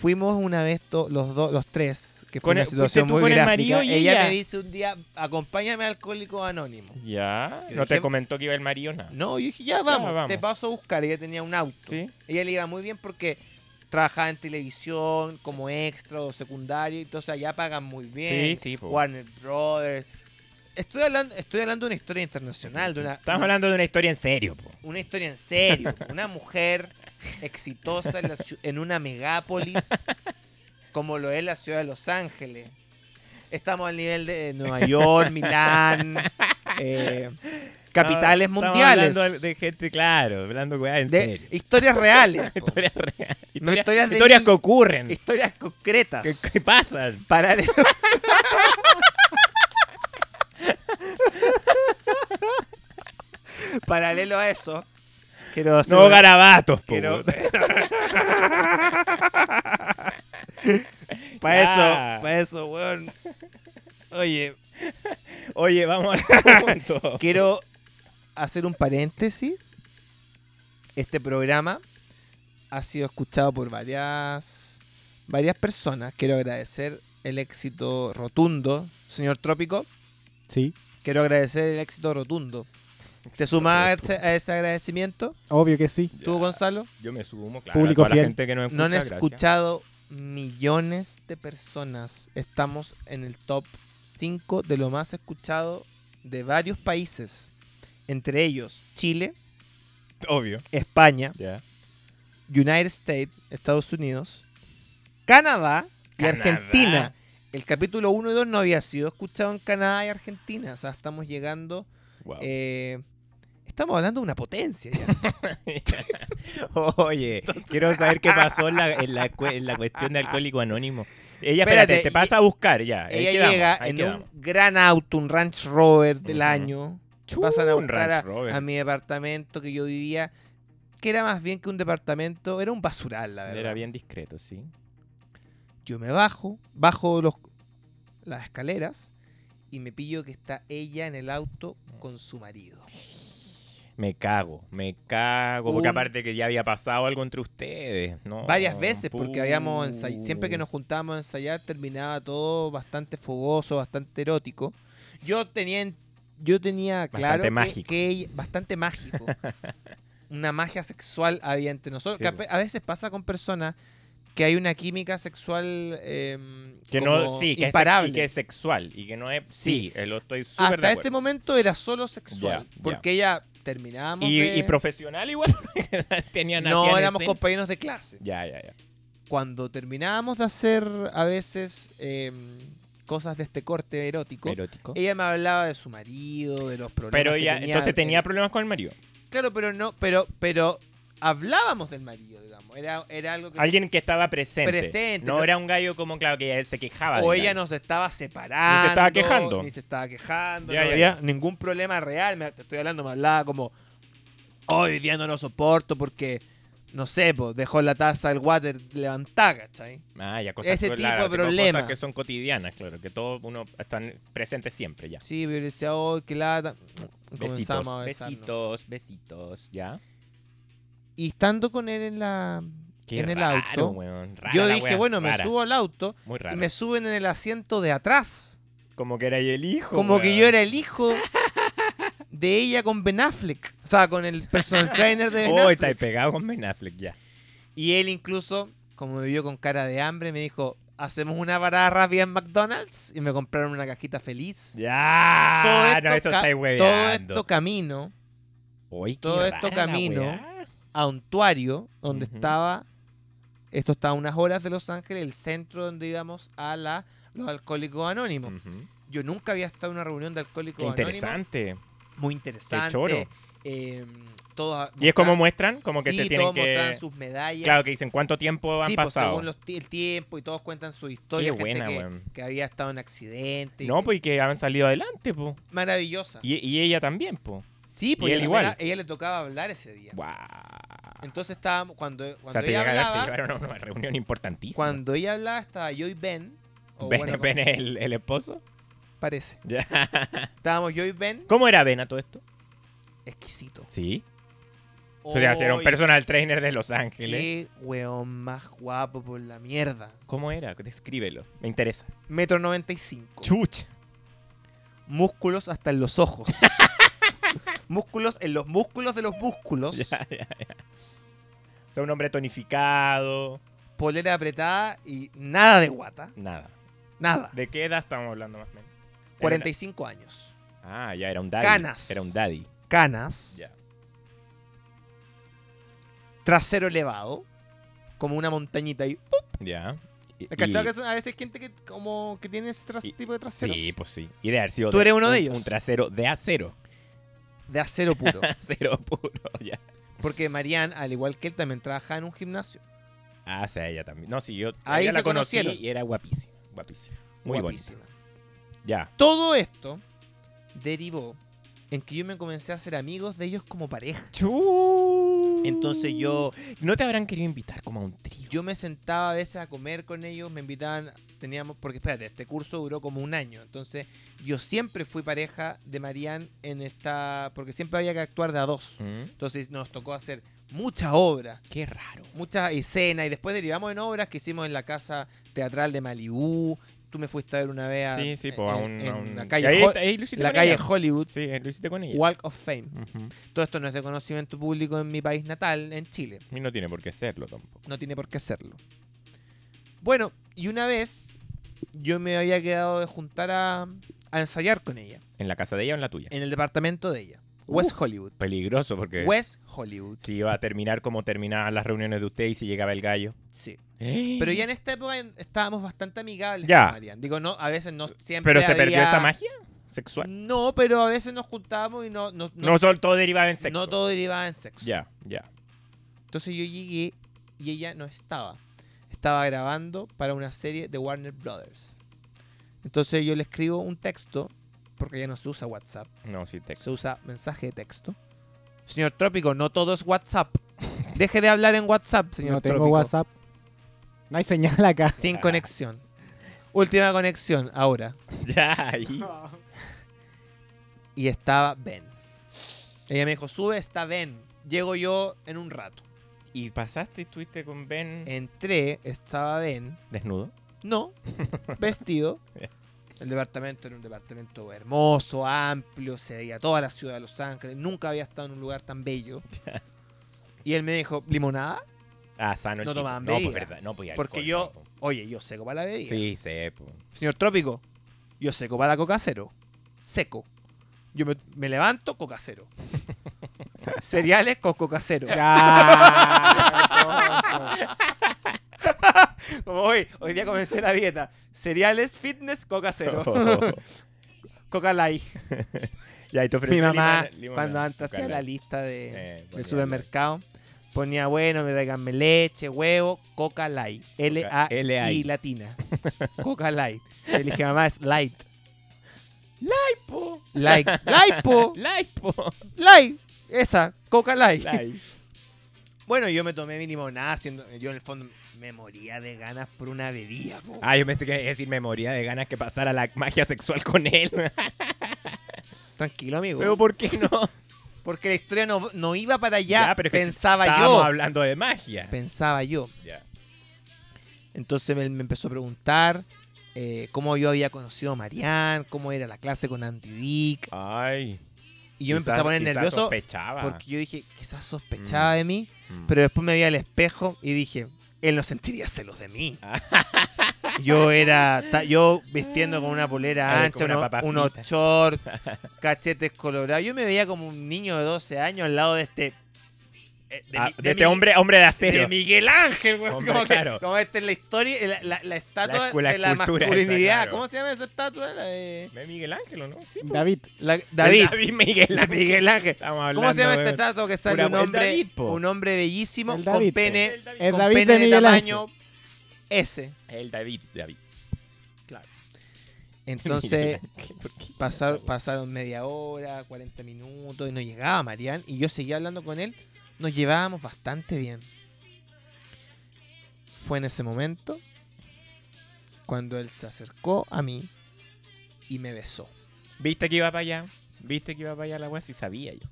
C: Fuimos una vez to- los, dos los tres que fue
E: Con
C: una
E: el-
C: situación
E: fuiste tú
C: muy
E: con el
C: gráfica.
E: marido y
C: Ella,
E: ella.
C: me dice un día, acompáñame a Alcohólicos Anónimos.
E: Ya.
C: Yo
E: No te
C: dije-
E: comentó que iba el marido, nada.
C: No, yo dije, ya vamos,
E: vamos.
C: te paso a buscar. Ella tenía un auto.
E: Sí.
C: Ella le iba muy bien porque trabajaba en televisión como extra o secundaria, entonces allá pagan muy bien.
E: Sí, sí, po.
C: Warner Brothers. Estoy hablando, estoy hablando de una historia internacional, de una,
E: Estamos hablando de una historia en serio, po.
C: una historia en serio. Una mujer exitosa en, la ciu- en una megápolis como lo es la ciudad de Los Ángeles. Estamos al nivel de Nueva York, Milán, eh, capitales
E: Estamos- estamos
C: mundiales.
E: hablando de gente, claro, hablando weá en
C: de
E: serio.
C: historias reales. po.
E: Historias reales.
C: No,
E: Historias-
C: historias de
E: historias
C: ni-
E: que ocurren.
C: Historias concretas.
E: que, que pasan.
C: Parar en- Paralelo a eso, quiero hacer
E: No
C: una-
E: garabatos, po.
C: Quiero-
E: weón.
C: Para
E: Ya.
C: eso, para eso, weón. Oye,
E: Oye, vamos a punto.
C: quiero hacer un paréntesis. Este programa ha sido escuchado por varias varias personas. Quiero agradecer el éxito rotundo, señor Trópico.
F: Sí.
C: Quiero agradecer el éxito rotundo. ¿Te sumas a este- a ese agradecimiento?
F: Obvio que sí.
C: ¿Tú, Gonzalo?
E: Yo me sumo, claro.
F: Público
E: a toda
F: fiel.
E: La gente que nos escucha,
C: No han
E: Pues, gracias.
C: escuchado millones de personas. Estamos en el top 5 de lo más escuchado de varios países. Entre ellos Chile,
E: Obvio.
C: España,
E: Ya.
C: United States, Estados Unidos, Canadá y
E: Canadá.
C: Argentina. El capítulo 1 y 2 no había sido escuchado en Canadá y Argentina. O sea, estamos llegando...
E: Wow.
C: eh, estamos hablando de una potencia ya.
E: Oye, quiero saber qué pasó en la, en la cue- en la cuestión de Alcohólico Anónimo. Ella,
C: Espérate,
E: espérate, te pasa a buscar ya. ahí
C: Ella
E: quedamos,
C: llega
E: ahí
C: en
E: quedamos.
C: un gran auto, un Range Rover del
E: Ujú.
C: año.
E: Chu,
C: pasan a
E: un
C: buscar a-
E: Range Rover.
C: a, mi departamento que yo vivía, que era más bien que un departamento, era un basural, la verdad.
E: Era bien discreto, sí.
C: Yo me bajo, bajo los, las escaleras y me pillo que está ella en el auto con su marido.
E: Me cago, me cago.
C: Un-
E: Porque aparte que ya había pasado algo entre ustedes, ¿no?
C: Varias veces, porque habíamos ensay-
E: ensayado.
C: siempre que nos juntábamos a ensayar terminaba todo bastante fogoso, bastante erótico. Yo tenía, en- yo tenía claro
E: Bastante
C: que-
E: mágico.
C: que ella- bastante mágico. una magia sexual había entre nosotros.
E: Sí,
C: que a
E: po.
C: pe- a veces pasa con personas que hay una química sexual em,
E: Que
C: como
E: no, sí, que es, sex-
C: imparable.
E: y que es sexual. Y que no es.
C: Sí.
E: Sí, eh, lo estoy súper de
C: Hasta
E: acuerdo.
C: este momento era solo sexual,
E: Ya, ya.
C: porque ella terminábamos
E: Y,
C: de-
E: y profesional igual. Tenían
C: no
E: hacían
C: éramos
E: escena.
C: compañeros de clase.
E: Ya, ya, ya.
C: cuando terminábamos de hacer a veces eh, cosas de este corte erótico,
E: Erótico.
C: ella me hablaba de su marido, de los eh, problemas.
E: Pero
C: que
E: ella,
C: tenía,
E: entonces tenía
C: eh,
E: problemas con el marido.
C: claro, pero no, pero, pero hablábamos del marido, digamos. Era, era algo que
E: Alguien que estaba presente.
C: Presente,
E: No
C: pero-
E: era un gallo como, claro, que él se quejaba.
C: o
E: del
C: ella
E: gallo.
C: nos estaba separando.
E: Ni se estaba quejando.
C: Ni se estaba quejando.
E: Ya,
C: no
E: ya,
C: había
E: ya.
C: ningún problema real. Me, te estoy hablando, me hablaba como, "Oh, hoy día no lo soporto porque, no sé, pues, dejó la taza del water levantada, ¿cachai?
E: Ah, ya, cosas
C: Ese
E: que-
C: tipo
E: claro,
C: de
E: que son
C: problema.
E: Cosas que son cotidianas, claro, que todos uno están presentes siempre, ya.
C: Sí, pero yo le decía, hoy "Oh, qué lata. Y
E: Besitos,
C: comenzamos a besarnos.
E: besitos, besitos, ya.
C: Y estando con él en la
E: Qué
C: en el
E: raro,
C: auto,
E: weón, rara
C: yo
E: la
C: dije,
E: wea,
C: bueno, me
E: rara,
C: subo al auto
E: Muy raro.
C: y me suben en el asiento de atrás,
E: Como que era ahí el hijo.
C: como que
E: weón.
C: yo era el hijo de ella con Ben Affleck, o sea, con el personal trainer de Ben
E: Oh,
C: Affleck.
E: está ahí pegado con Ben Affleck, ya.
C: Y él incluso, como me vio con cara de hambre, me dijo, "Hacemos una parada rápida en McDonald's" y me compraron una cajita feliz.
E: Ya.
C: Todo esto
E: no, eso
C: ca-
E: está ahí
C: todo
E: hueveando.
C: esto camino
E: Oy, qué
C: todo esto
E: rara la
C: camino.
E: weá.
C: a Ontuario, donde
E: Ujú.
C: estaba, esto está a unas horas de Los Ángeles, el centro donde íbamos a la, los alcohólicos anónimos.
E: Ujú.
C: Yo nunca había estado en una reunión de
E: Mm. Qué
C: alcohólicos anónimos.
E: interesante.
C: Muy
E: Qué choro.
C: interesante. eh, todos
E: ¿Y es como
C: mostraban-
E: muestran? Como que
C: sí,
E: te tienen
C: todos
E: que.
C: mostraban sus medallas.
E: Claro, que dicen cuánto tiempo han
C: sí, pues,
E: pasado.
C: según los ti- el tiempo y todos cuentan su historia. gente
E: buena,
C: que,
E: weón.
C: que había estado en accidente. y
E: No,
C: que-
E: pues y que han salido adelante, po.
C: Maravillosa.
E: Y, y ella también, po.
C: sí, pues,
E: y
C: porque
E: él
C: ella,
E: igual.
C: ella- ella le tocaba hablar ese día.
E: Guau.
C: Entonces estábamos, cuando, cuando
E: O sea, te,
C: ella
E: llegaron- te
C: hablaba,
E: llevaron a una reunión importantísima.
C: Cuando ella hablaba estaba yo y Ben. O
E: ¿Ben,
C: bueno,
E: Ben es el, el esposo?
C: parece.
E: Ya.
C: Estábamos yo y Ben.
E: ¿Cómo era Ben a todo esto?
C: Exquisito.
E: Sí. O sea, era un
C: Oye,
E: personal trainer de Los Ángeles.
C: Qué weón más guapo por la mierda.
E: ¿Cómo era? Descríbelo. Me interesa.
C: Metro 95.
E: Chucha.
C: músculos hasta en los ojos. músculos en los músculos de los músculos.
E: Ya, ya, ya. O sea, un hombre tonificado.
C: Polera apretada y nada de guata.
E: Nada.
C: Nada.
E: ¿De qué edad estamos hablando más o menos? Era
C: 45 años.
E: una- Ah, ya era un daddy.
C: Canas.
E: Era un daddy.
C: Canas.
E: Ya.
C: Trasero elevado. Como una montañita ahí.
E: Ya. Y-
C: ¿Has
E: y-
C: cachado que a veces hay gente que, como, que tiene ese tras-
E: Y-
C: tipo de traseros?
E: Sí, pues sí. Y de haber sido
C: Tú
E: de-
C: eres uno
E: un-
C: de ellos.
E: Un trasero de acero.
C: De acero puro.
E: Acero puro, ya.
C: Porque Marianne, al igual que él, también trabajaba en un gimnasio.
E: Ah, o sea, ella también. No, sí, yo
C: Ahí
E: ella la
C: se
E: conocí
C: conocieron.
E: y era guapísima. Guapísima. Muy
C: Guapísima.
E: bonita. Ya.
C: Todo esto derivó en que yo me comencé a hacer amigos de ellos como pareja.
E: Chu.
C: Entonces yo
E: ¿No te habrán querido invitar como a un trío?
C: yo me sentaba a veces a comer con ellos, me invitaban, teníamos, porque espérate, este curso duró como un año, entonces yo siempre fui pareja de Marianne en esta, porque siempre había que actuar de a dos,
E: Mm.
C: entonces nos tocó hacer muchas obras,
E: Qué raro.
C: muchas escenas, y después derivamos en obras que hicimos en la casa teatral de Malibú, tú me fuiste a ver una vez a,
E: Sí, sí,
C: en-
E: pues a
C: en-
E: un.
C: en
E: a un-
C: la
E: Ahí,
C: calle, Ho-
E: está- ahí lo hiciste
C: la
E: con
C: calle
E: ella.
C: Hollywood,
E: Sí, ahí lo hiciste con ella.
C: Walk of Fame.
E: Ujú.
C: Todo esto no es de conocimiento público en mi país natal, en Chile.
E: Y no tiene por qué serlo tampoco.
C: no tiene por qué hacerlo. Bueno, y una vez yo me había quedado de juntar a, a ensayar con ella,
E: ¿En la casa de ella o en la tuya?
C: en el departamento de ella, West
E: Uh.
C: Hollywood.
E: Peligroso porque
C: West Hollywood,
E: si iba a terminar como terminaban las reuniones de usted y si llegaba el gallo.
C: sí.
E: Pero,
C: Pero ya en esta época en- estábamos bastante amigables
E: Ya.
C: con Marian. Digo, no, a veces no siempre
E: ¿Pero se perdió
C: había-
E: esa magia sexual.
C: No, pero a veces nos juntábamos y no, no,
E: No,
C: no,
E: solo todo derivaba en sexo.
C: no todo derivaba en sexo.
E: Ya, ya.
C: Entonces yo llegué y ella no estaba. Estaba grabando para una serie de Warner Brothers. Entonces yo le escribo un texto, porque ya no se usa WhatsApp,
E: No, sí,
C: se
E: texto.
C: usa mensaje de texto. Señor Trópico, no todo es WhatsApp. Deje de hablar en WhatsApp, señor
F: no tengo
C: Trópico.
F: WhatsApp. No hay señal acá.
C: Sin conexión. Última conexión, ahora.
E: Ya, ahí.
C: Y estaba Ben. Ella me dijo, sube, está Ben. Llego yo en un rato.
E: Y pasaste y estuviste con Ben
C: Eh, Entré, estaba Ben.
E: desnudo.
C: No, vestido. El departamento era un departamento hermoso, amplio, se veía toda la ciudad de Los Ángeles. Nunca había estado en un lugar tan bello. Y él me dijo, ¿limonada?
E: Ah, sano el
C: No
E: tipo.
C: tomaban
E: No, pues
C: bebida.
E: verdad. No, pues y
C: Porque
E: alcohol,
C: yo,
E: no, pues.
C: oye, yo seco para la bebida.
E: Sí, sé, pues.
C: Señor Trópico, yo seco para la coca cero. Seco. Yo me, me levanto, coca cero. Cereales con coca cero.
F: Ya.
C: Como hoy, hoy día comencé la dieta. Cereales, fitness, coca cero.
E: Oh.
C: coca light.
E: Ya, y te ofrecí
C: Mi mamá,
E: limona- limonada.
C: cuando antes hacía la
E: Ojalá.
C: lista de,
E: Eh,
C: del
E: ponía
C: supermercado, ponía, bueno, me tráiganme leche, huevo, coca light. L-A-I
E: L-A-I.
C: latina. coca light. Le dije, mamá, es light. Light. Light, po.
E: Light, po.
C: Light. Esa, coca light.
E: Light.
C: Bueno, yo me tomé mi limonada, siendo, yo en el fondo me moría de ganas por una bebida, po.
E: Ah, yo pensé que iba a decir me moría de ganas que pasara la magia sexual con él.
C: Tranquilo, amigo.
E: Pero ¿por qué no?
C: Porque la historia no, no iba para allá,
E: pero es que
C: pensaba
E: estábamos
C: yo.
E: hablando de magia.
C: Pensaba yo.
E: Ya.
C: Entonces me, me empezó a preguntar eh, cómo yo había conocido a Marianne, cómo era la clase con Andy Dick.
E: Ay.
C: Y yo me
E: quizás-
C: empecé a poner
E: quizás
C: nervioso
E: Sospechaba.
C: porque yo dije, quizás sospechaba de mí,
E: Mm.
C: pero después me vi al espejo y dije, él no sentiría celos de mí.
E: Ah.
C: yo era, ta- yo vistiendo con una polera
E: Claro,
C: ancha,
E: como una
C: uno-
E: papa
C: unos
E: frita.
C: shorts, cachetes colorados. Yo me veía como un niño de 12 años al lado de este... eh,
E: Ah,
C: mi-
E: de este
C: mi-
E: hombre, hombre de acero.
C: de Miguel Ángel, güey.
E: Hombre,
C: como, que-
E: claro.
C: como esta es la historia, la, la- la estatua
E: La- la
C: de la
E: escultura esa,
C: masculinidad.
E: claro.
C: ¿Cómo se llama esa estatua? La de...
E: De Miguel Ángel, ¿o no? Sí, po.
F: David.
C: la- David.
E: El David Miguel
C: La
E: Ángel.
C: Miguel Ángel.
E: Estamos
C: ¿Cómo se llama este
E: hablando,
C: esta
E: weón.
C: estatua que sale
E: Pura-
C: un
E: el
C: hombre,
E: David, po.
C: un hombre bellísimo
F: El
C: con
F: David, po.
C: pene,
E: El David.
F: El
C: con
F: David
C: pene
F: de Miguel
C: tamaño S?
E: El David. David.
C: Entonces
E: Miguel Ángel, ¿por qué?
C: pasar- pasaron media hora, 40 minutos y no llegaba Marian y yo seguía hablando con él. Nos llevábamos bastante bien. Fue en ese momento cuando él se acercó a mí y me besó.
E: ¿Viste que iba para allá? ¿Viste que iba para allá la weá? Sí sabía yo.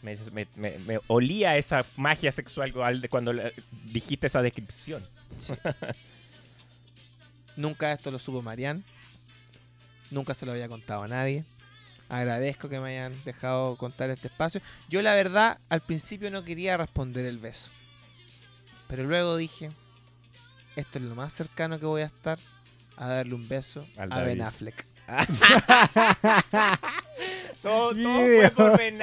E: Me, me- me- me olía esa magia sexual cual- cuando la- dijiste esa descripción.
C: Nunca esto lo supo Marian. Nunca se lo había contado a nadie. Agradezco que me hayan dejado contar este espacio. Yo la verdad al principio no quería responder el beso. Pero luego dije, esto es lo más cercano que voy a estar a darle un beso
E: Al
C: a Ben
E: David.
C: Affleck.
E: So- todo fue
F: Yeah.
E: por Ben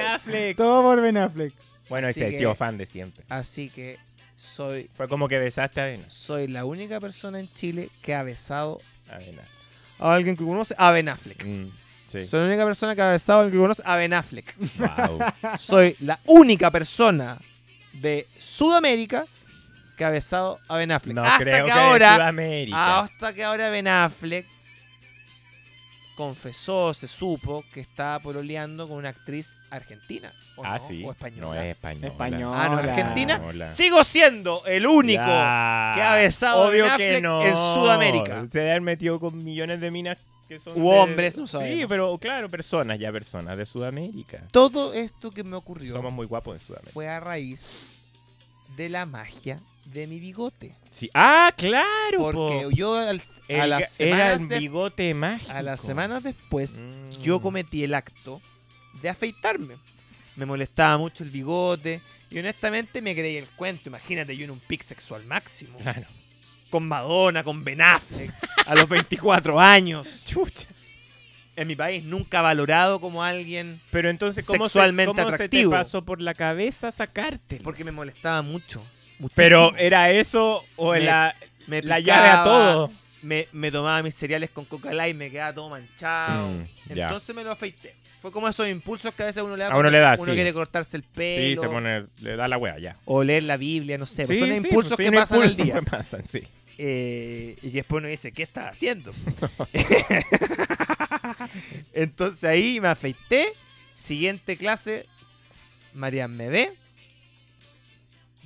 E: Affleck.
F: Todo por Ben Affleck.
E: Bueno,
C: Así
E: ese
C: que-
E: tío fan de siempre.
C: Así que soy,
E: Fue como que besaste a Ben,
C: soy la única persona en Chile que ha besado
E: a Ben Affleck.
C: a alguien que conoce a Ben Affleck.
E: Mm, sí.
C: Soy la única persona que ha besado a alguien que conoce a Ben Affleck.
E: Wow.
C: soy la única persona de Sudamérica que ha besado a Ben Affleck.
E: No
C: hasta que
E: creo que,
C: ahora,
E: de Sudamérica.
C: hasta que ahora Ben Affleck confesó, se supo que estaba pololeando con una actriz argentina o,
E: ah,
C: no,
E: sí.
C: o española.
E: No es española.
F: Español.
C: Ah, no,
F: Hola.
C: Argentina.
E: Hola.
C: Sigo siendo el único
E: Ya.
C: que ha besado a
E: Obvio
C: Ben
E: que
C: Affleck
E: no.
C: en Sudamérica.
E: Se debe haber metido con millones de minas que son.
C: U
E: de-
C: hombres, no
E: Sí,
C: sabemos.
E: pero claro, personas, ya personas de Sudamérica.
C: Todo esto que me ocurrió
E: Somos muy guapos en Sudamérica.
C: fue a raíz de la magia de mi bigote.
E: Sí. Ah, claro.
C: Porque
E: po.
C: yo al- a
E: El
C: las
E: ga- era
C: semanas
E: el
C: de-
E: bigote mágico.
C: A las semanas después,
E: Mm.
C: yo cometí el acto de afeitarme. Me molestaba mucho el bigote y honestamente me creí el cuento. Imagínate yo en un pic sexual máximo.
E: Claro.
C: Con Madonna, con Ben Affleck, a los 24 años.
E: Chucha.
C: En mi país nunca valorado como alguien
E: Pero entonces, ¿cómo,
C: Sexualmente
E: se, cómo se te
C: atractivo.
E: pasó por la cabeza sacarte?
C: porque me molestaba mucho. muchísimo.
E: Pero, ¿era eso o
C: Me-
E: la,
C: Me
E: la llave a
C: picaba,
E: todo?
C: Me, me tomaba mis cereales con coca y me quedaba todo manchado.
E: Mm, ya.
C: Entonces me lo afeité. Fue como esos impulsos que a veces uno le da.
E: A uno
C: cuando
E: le da,
C: Uno
E: sí.
C: quiere cortarse el
E: Sí,
C: pelo.
E: se pone, le da la wea ya.
C: O leer la Biblia, no sé. pues
E: Sí,
C: son
E: sí,
C: impulsos
E: pues,
C: que
E: sí, un
C: pasan al
E: impulso
C: día.
E: que pasan, sí.
C: Eh, y después uno dice, ¿qué estás haciendo? Entonces ahí me afeité. Siguiente clase, Marian me ve.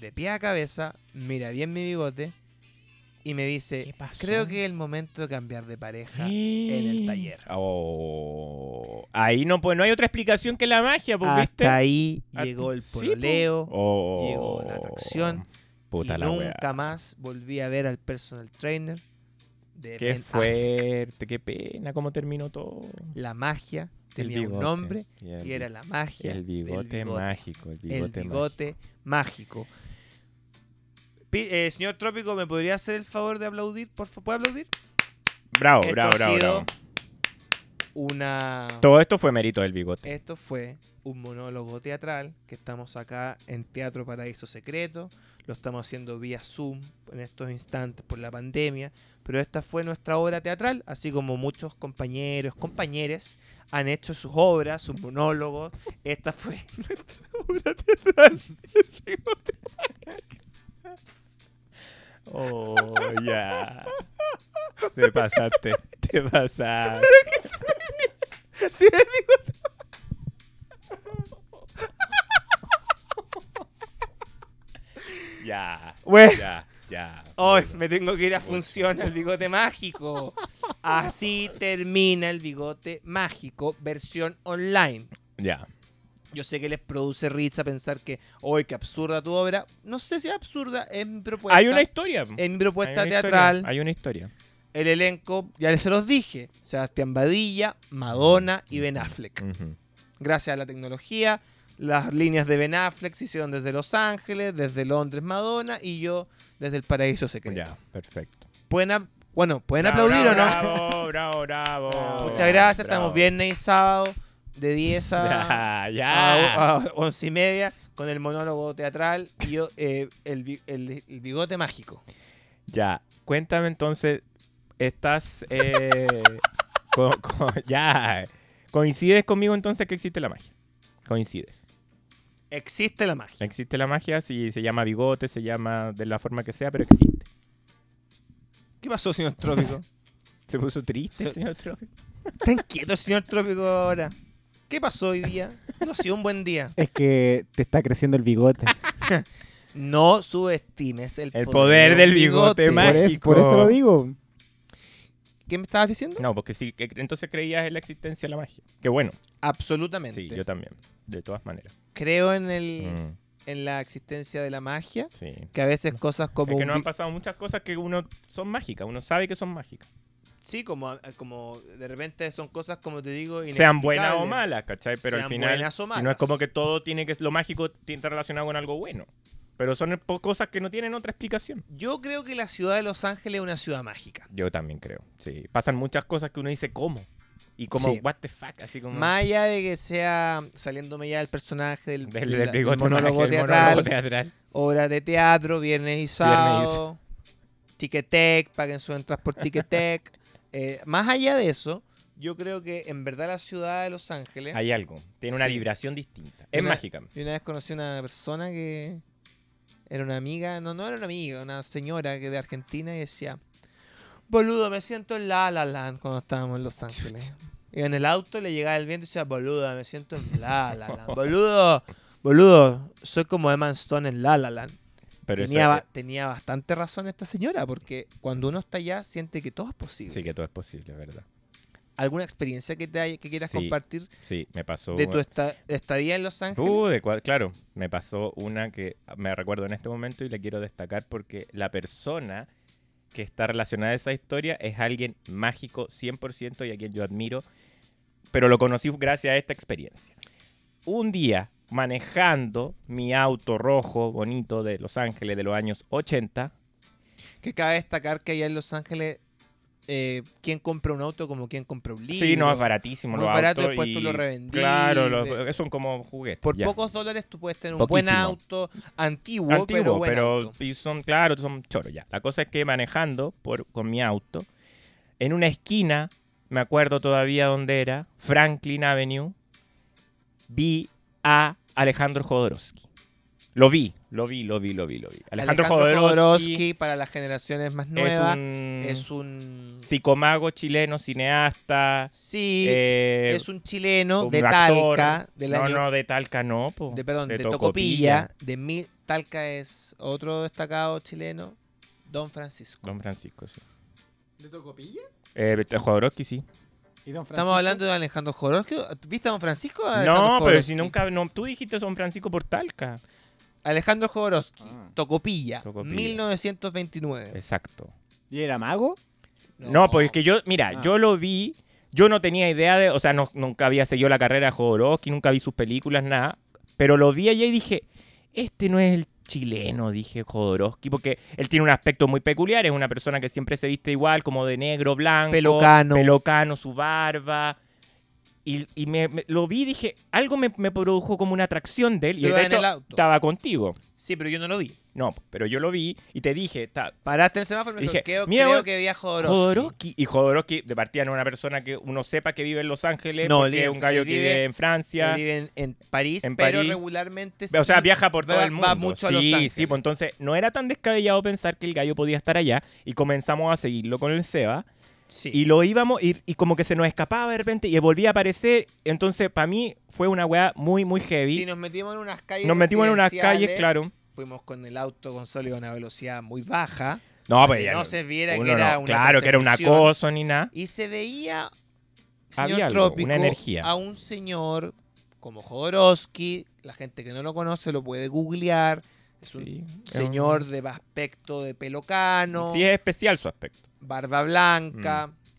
C: De pie a cabeza, mira bien mi bigote. Y me dice,
E: ¿Qué pasó?
C: creo que es el momento de cambiar de pareja. en el taller.
E: Oh. Ahí no, pues no hay otra explicación que la magia, pues,
C: Hasta
E: ¿viste?
C: ahí
E: Hasta-
C: llegó el
E: sí, po.
C: pololeo.
E: Oh.
C: llegó la atracción
E: Puta
C: y
E: la wea.
C: nunca más volví a ver al personal trainer de
E: Qué
C: Ben Affleck.
E: fuerte, qué pena, cómo terminó todo.
C: La magia
E: El
C: tenía un
E: bigote,
C: nombre
E: el
C: y era la magia. del
E: El bigote, mágico. El
C: El
E: bigote,
C: bigote mágico. Pi- eh, señor Trópico, ¿me podría hacer el favor de aplaudir? Por favor, ¿puede aplaudir?
E: mágico. Bravo,
C: Esto
E: bravo,
C: ha
E: bravo,
C: sido
E: bravo.
C: Una.
E: Todo esto fue mérito del bigote.
C: Esto fue un monólogo teatral que estamos acá en Teatro Paraíso Secreto. Lo estamos haciendo vía Zoom en estos instantes por la pandemia. Pero esta fue nuestra obra teatral, así como muchos compañeros, compañeres han hecho sus obras, sus monólogos. Esta fue nuestra obra teatral.
E: Oh, ya. Te pasaste, te pasaste.
C: Sí, digo,
E: Ya.
C: Bueno.
E: Ya, ya.
C: Hoy me tengo que ir a función al bigote mágico. Así termina el bigote mágico, versión online.
E: Ya.
C: Yo sé que les produce risa pensar que, hoy qué absurda tu obra. No sé si es absurda, es mi propuesta.
E: Hay una historia.
C: Es mi propuesta
E: Hay una
C: Eh, teatral.
E: historia, Hay una historia.
C: El elenco, ya les se los dije, Sebastián Badilla, Madonna y Ben Affleck.
E: Ujú.
C: Gracias a la tecnología, las líneas de Ben Affleck se hicieron desde Los Ángeles, desde Londres Madonna y yo desde el Paraíso Secreto.
E: Ya, perfecto.
C: Pueden, ap- bueno, pueden aplaudir o no.
E: o no? Bravo, bravo, bravo.
C: Muchas gracias,
E: bravo.
C: estamos viernes y sábado de 10 a...
E: Ya, ya.
C: a, a once y media con el monólogo teatral y yo, eh, el, bi- el- el bigote mágico.
E: Ya. Cuéntame entonces, estás. eh, co- co- ya. ¿Coincides conmigo entonces que existe la magia? Coincides.
C: Existe la magia.
E: Existe la magia, si se llama bigote, se llama de la forma que sea, pero existe.
C: ¿Qué pasó, señor Trópico?
E: ¿Se puso triste,
C: Se-
E: señor Troy?
C: Está inquieto, señor Trópico, ahora. ¿Qué pasó hoy día? No ha sido un buen día.
F: Es que te está creciendo el bigote.
C: No subestimes el,
E: El poder
C: de un
E: del bigote
F: por,
E: mágico.
F: es- por eso lo digo.
C: ¿Qué me estabas diciendo?
E: No, porque sí, que- entonces creías en la existencia de la magia. Qué bueno.
C: Absolutamente.
E: Sí, yo también. De todas maneras.
C: Creo en, el,
E: Mm,
C: en la existencia de la magia,
E: sí.
C: que a veces cosas como...
E: Mm. Es que
C: un
E: nos han
C: vi-
E: pasado muchas cosas que uno son mágicas, uno sabe que son mágicas.
C: Sí, como, como de repente son cosas, como te digo,
E: Sean buenas o
C: inexplicables.
E: malas, ¿cachai? Pero al
C: Sean
E: final
C: buenas o
E: y no es
C: malas.
E: como que todo tiene que lo mágico tiene que estar relacionado con algo bueno. Pero son po- cosas que no tienen otra explicación.
C: Yo creo que la ciudad de Los Ángeles es una ciudad mágica.
E: Yo también creo. Sí, pasan muchas cosas que uno dice cómo y como
C: Sí.
E: what the fuck, así como
C: Más allá de que sea, saliéndome ya el personaje del,
E: del,
C: de
E: del
C: la- del
E: bigote
C: monólogo
E: mágico, el
C: teatral,
E: monólogo teatral.
C: obra de teatro, viernes y sábado, Ticketek, paguen sus entradas por Ticketek. Eh, más allá de eso, yo creo que en verdad la ciudad de Los Ángeles...
E: Hay algo, tiene una
C: Sí.
E: vibración distinta. Es
C: Una-
E: mágica.
C: Yo una vez conocí a una persona que era una amiga, no, no era una amiga, una señora que de Argentina y decía, boludo, me siento en La La Land cuando estábamos en Los Ángeles. Y en el auto le llegaba el viento y decía, boluda, me siento en La La Land. Boludo, boludo, soy como Emma Stone en La La Land.
E: Pero
C: tenía,
E: eso,
C: ba- tenía bastante razón esta señora, porque cuando uno está allá siente que todo es posible.
E: sí que todo es posible, es ¿verdad?
C: ¿Alguna experiencia que, te haya- que quieras
E: Sí.
C: compartir
E: Sí, me pasó
C: de tu esta- estadía en Los Ángeles?
E: Uh, de cua- claro, me pasó una que me recuerdo en este momento y la quiero destacar porque la persona que está relacionada a esa historia es alguien mágico 100% y a quien yo admiro, pero lo conocí gracias a esta experiencia. Un día, manejando mi auto rojo bonito de Los Ángeles de los años 80,
C: Que cabe destacar que allá en Los Ángeles, eh, quien compra un auto como quien compra un libro.
E: sí, no, es baratísimo
C: muy
E: los
C: barato,
E: autos
C: después tú
E: y-
C: lo revendís,
E: Claro,
C: de-
E: los, son como juguetes.
C: Por
E: ya.
C: pocos dólares tú puedes tener un buen
E: Poquísimo.
C: auto, antiguo, pero
E: antiguo,
C: buen
E: pero,
C: auto.
E: y son, claro, son choros ya. La cosa es que manejando por, con mi auto, en una esquina, me acuerdo todavía dónde era, Franklin Avenue, vi a Alejandro Jodorowsky. Lo vi, lo vi, lo vi, lo vi, lo vi. Alejandro, Jodorowsky,
C: para las generaciones más
E: es
C: nuevas
E: un
C: es un...
E: psicomago chileno, cineasta.
C: Sí,
E: eh,
C: es un chileno
E: un
C: de
E: actor.
C: Talca, del
E: no,
C: año...
E: no, de Talca no, po,
C: de, perdón, de, Tocopilla, de mi, Talca es otro destacado chileno, Don Francisco.
E: Don Francisco, sí.
F: ¿De Tocopilla?
E: Eh, Jodorowsky, sí.
F: ¿Y don Francisco?
C: Estamos hablando de Alejandro Jodorowsky. ¿Viste a Don Francisco? o a Alejandro
E: No, pero si
C: Jodorowsky?
E: nunca. No, tú dijiste San Francisco por Talca.
C: Alejandro Jodorowsky,
F: Ah.
C: Tocopilla,
E: Tocopilla.
C: 1929.
E: Exacto.
F: ¿Y era mago?
E: No, pues es que yo, mira,
F: Ah.
E: yo lo vi. Yo no tenía idea de. O sea, no- nunca había seguido la carrera de Jodorowsky, nunca vi sus películas, nada. Pero lo vi allá y dije: Este no es el chileno, dije Jodorowsky, porque él tiene un aspecto muy peculiar. Es una persona que siempre se viste igual, como de negro, blanco.
C: Pelocano.
E: Pelocano, su barba. Y, y me, me- lo vi y dije: Algo me, me produjo como una atracción de él. Y
C: Yo
E: de
C: iba en
E: hecho,
C: el auto.
E: estaba contigo.
C: Sí, pero yo no lo vi.
E: No, pero yo lo vi y te dije, está,
C: Paraste el semáforo y me
E: Dije,
C: dijo, creo,
E: mira,
C: creo
E: vos-
C: que vi a Jodorowsky.
E: Jodorowsky. Y Jodorowsky, de partida, no es una persona que uno sepa que vive en Los Ángeles,
C: No,
E: porque
C: él vive
E: es
C: en-
E: un gallo
C: él
E: que
C: vive-
E: vive en Francia.
C: Él vive en, en París,
E: ah. En
C: pero
E: París.
C: regularmente
E: O sea,
C: sí
E: viaja por todo
C: va-
E: el mundo.
C: Va mucho a Los
E: sí,
C: Ángeles.
E: sí, pues entonces no era tan descabellado pensar que el gallo podía estar allá y comenzamos a seguirlo con el Seba
C: Sí.
E: y lo íbamos y, y como que se nos escapaba de repente y volvía a aparecer. Entonces, para mí fue una weá muy, muy heavy.
C: Sí, nos metimos en unas calles
E: nos metimos en unas
C: residenciales,
E: calles, claro.
C: Fuimos con el auto, Gonzalo, y a una velocidad muy baja.
E: No,
C: que
E: pues ya
C: no
E: no-
C: se viera que
E: uno
C: era
E: no,
C: una
E: Claro, que era un
C: persecución.
E: acoso ni nada.
C: Y se veía, señor
E: Había algo,
C: Trópico,
E: una energía.
C: a un señor como Jodorowsky, la gente que no lo conoce lo puede googlear, es un
E: Sí, es un-
C: señor de aspecto de pelo cano,
E: Sí, es especial su aspecto.
C: barba blanca,
E: Y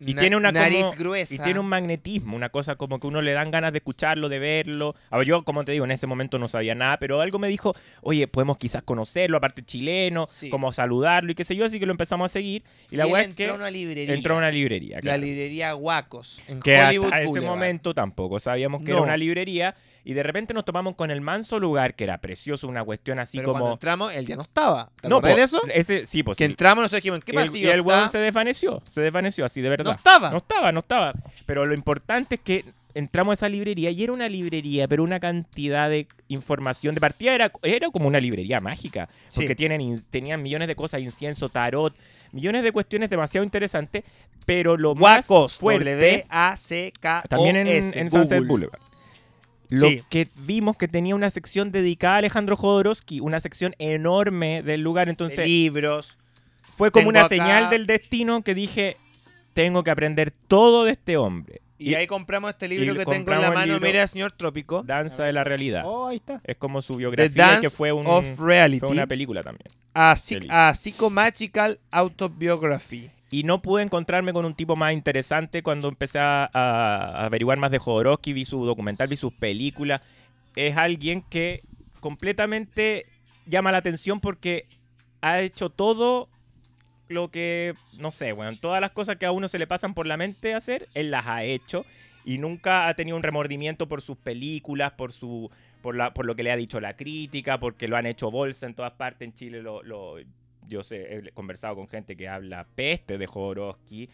C: na-
E: tiene una
C: nariz
E: como-
C: gruesa.
E: Y tiene un magnetismo, una cosa como que uno le dan ganas de escucharlo, de verlo. A ver, yo, como te digo, en ese momento no sabía nada, pero algo me dijo, oye, podemos quizás conocerlo, aparte chileno,
C: Sí.
E: como saludarlo y qué sé yo, así que lo empezamos a seguir. Y
C: Y
E: la
C: él
E: weá es
C: entró
E: que
C: a una librería.
E: entró a una librería.
C: La
E: claro.
C: librería Huacos en
E: que
C: Hollywood
E: hasta ese
C: Boulevard.
E: momento tampoco sabíamos que era
C: No.
E: una librería y de repente nos tomamos con el manso lugar que era precioso, una cuestión así
C: Pero cuando
E: como...
C: entramos, él ya no estaba. ¿Te
E: No,
C: acordás de
E: po,
C: eso?
E: Ese, sí, pues
C: Que
E: sí.
C: entramos, nosotros dijimos, ¿en qué
E: Y el-
C: pasillo
E: Y el weón
C: está?
E: se desvaneció, se desvaneció así, de verdad.
C: estaba.
E: No estaba, no estaba. Pero lo importante es que entramos a esa librería y era una librería, pero una cantidad de información. De partida era, era como una librería mágica,
C: Sí.
E: porque tienen, in- tenían millones de cosas, incienso, tarot, millones de cuestiones demasiado interesantes, pero lo más
C: Huacos,
E: fuerte...
C: W-A-C-K-O-S.
E: También en, en Sunset
C: Google.
E: Boulevard. Lo
C: Sí.
E: que vimos que tenía una sección dedicada a Alejandro Jodorowsky, una sección enorme del lugar,
C: de
E: entonces...
C: libros,
E: Fue como
C: Tengo
E: una
C: acá-
E: señal del destino que dije, tengo que aprender todo de este hombre.
C: Y ahí compramos este libro
E: y
C: que tengo en
E: compramos
C: la
E: el
C: mano.
E: libro.
C: Mira, señor Trópico.
E: Danza de la realidad.
F: Oh, ahí está.
E: Es como su
C: The
E: biografía
C: Dance
E: que fue, un-
C: of Reality.
E: fue una película también.
C: a, Psy-
E: peli.
C: a Psychomagical Autobiography.
E: Y no pude encontrarme con un tipo más interesante cuando empecé a, a averiguar más de Jodorowsky, vi su documental, vi sus películas. Es alguien que completamente llama la atención porque ha hecho todo lo que, no sé, bueno, todas las cosas que a uno se le pasan por la mente hacer, él las ha hecho y nunca ha tenido un remordimiento por sus películas, por su por, la, por lo que le ha dicho la crítica, porque lo han hecho bolsa en todas partes en Chile. Lo, lo- yo sé, he conversado con gente que habla peste de Jodorowsky.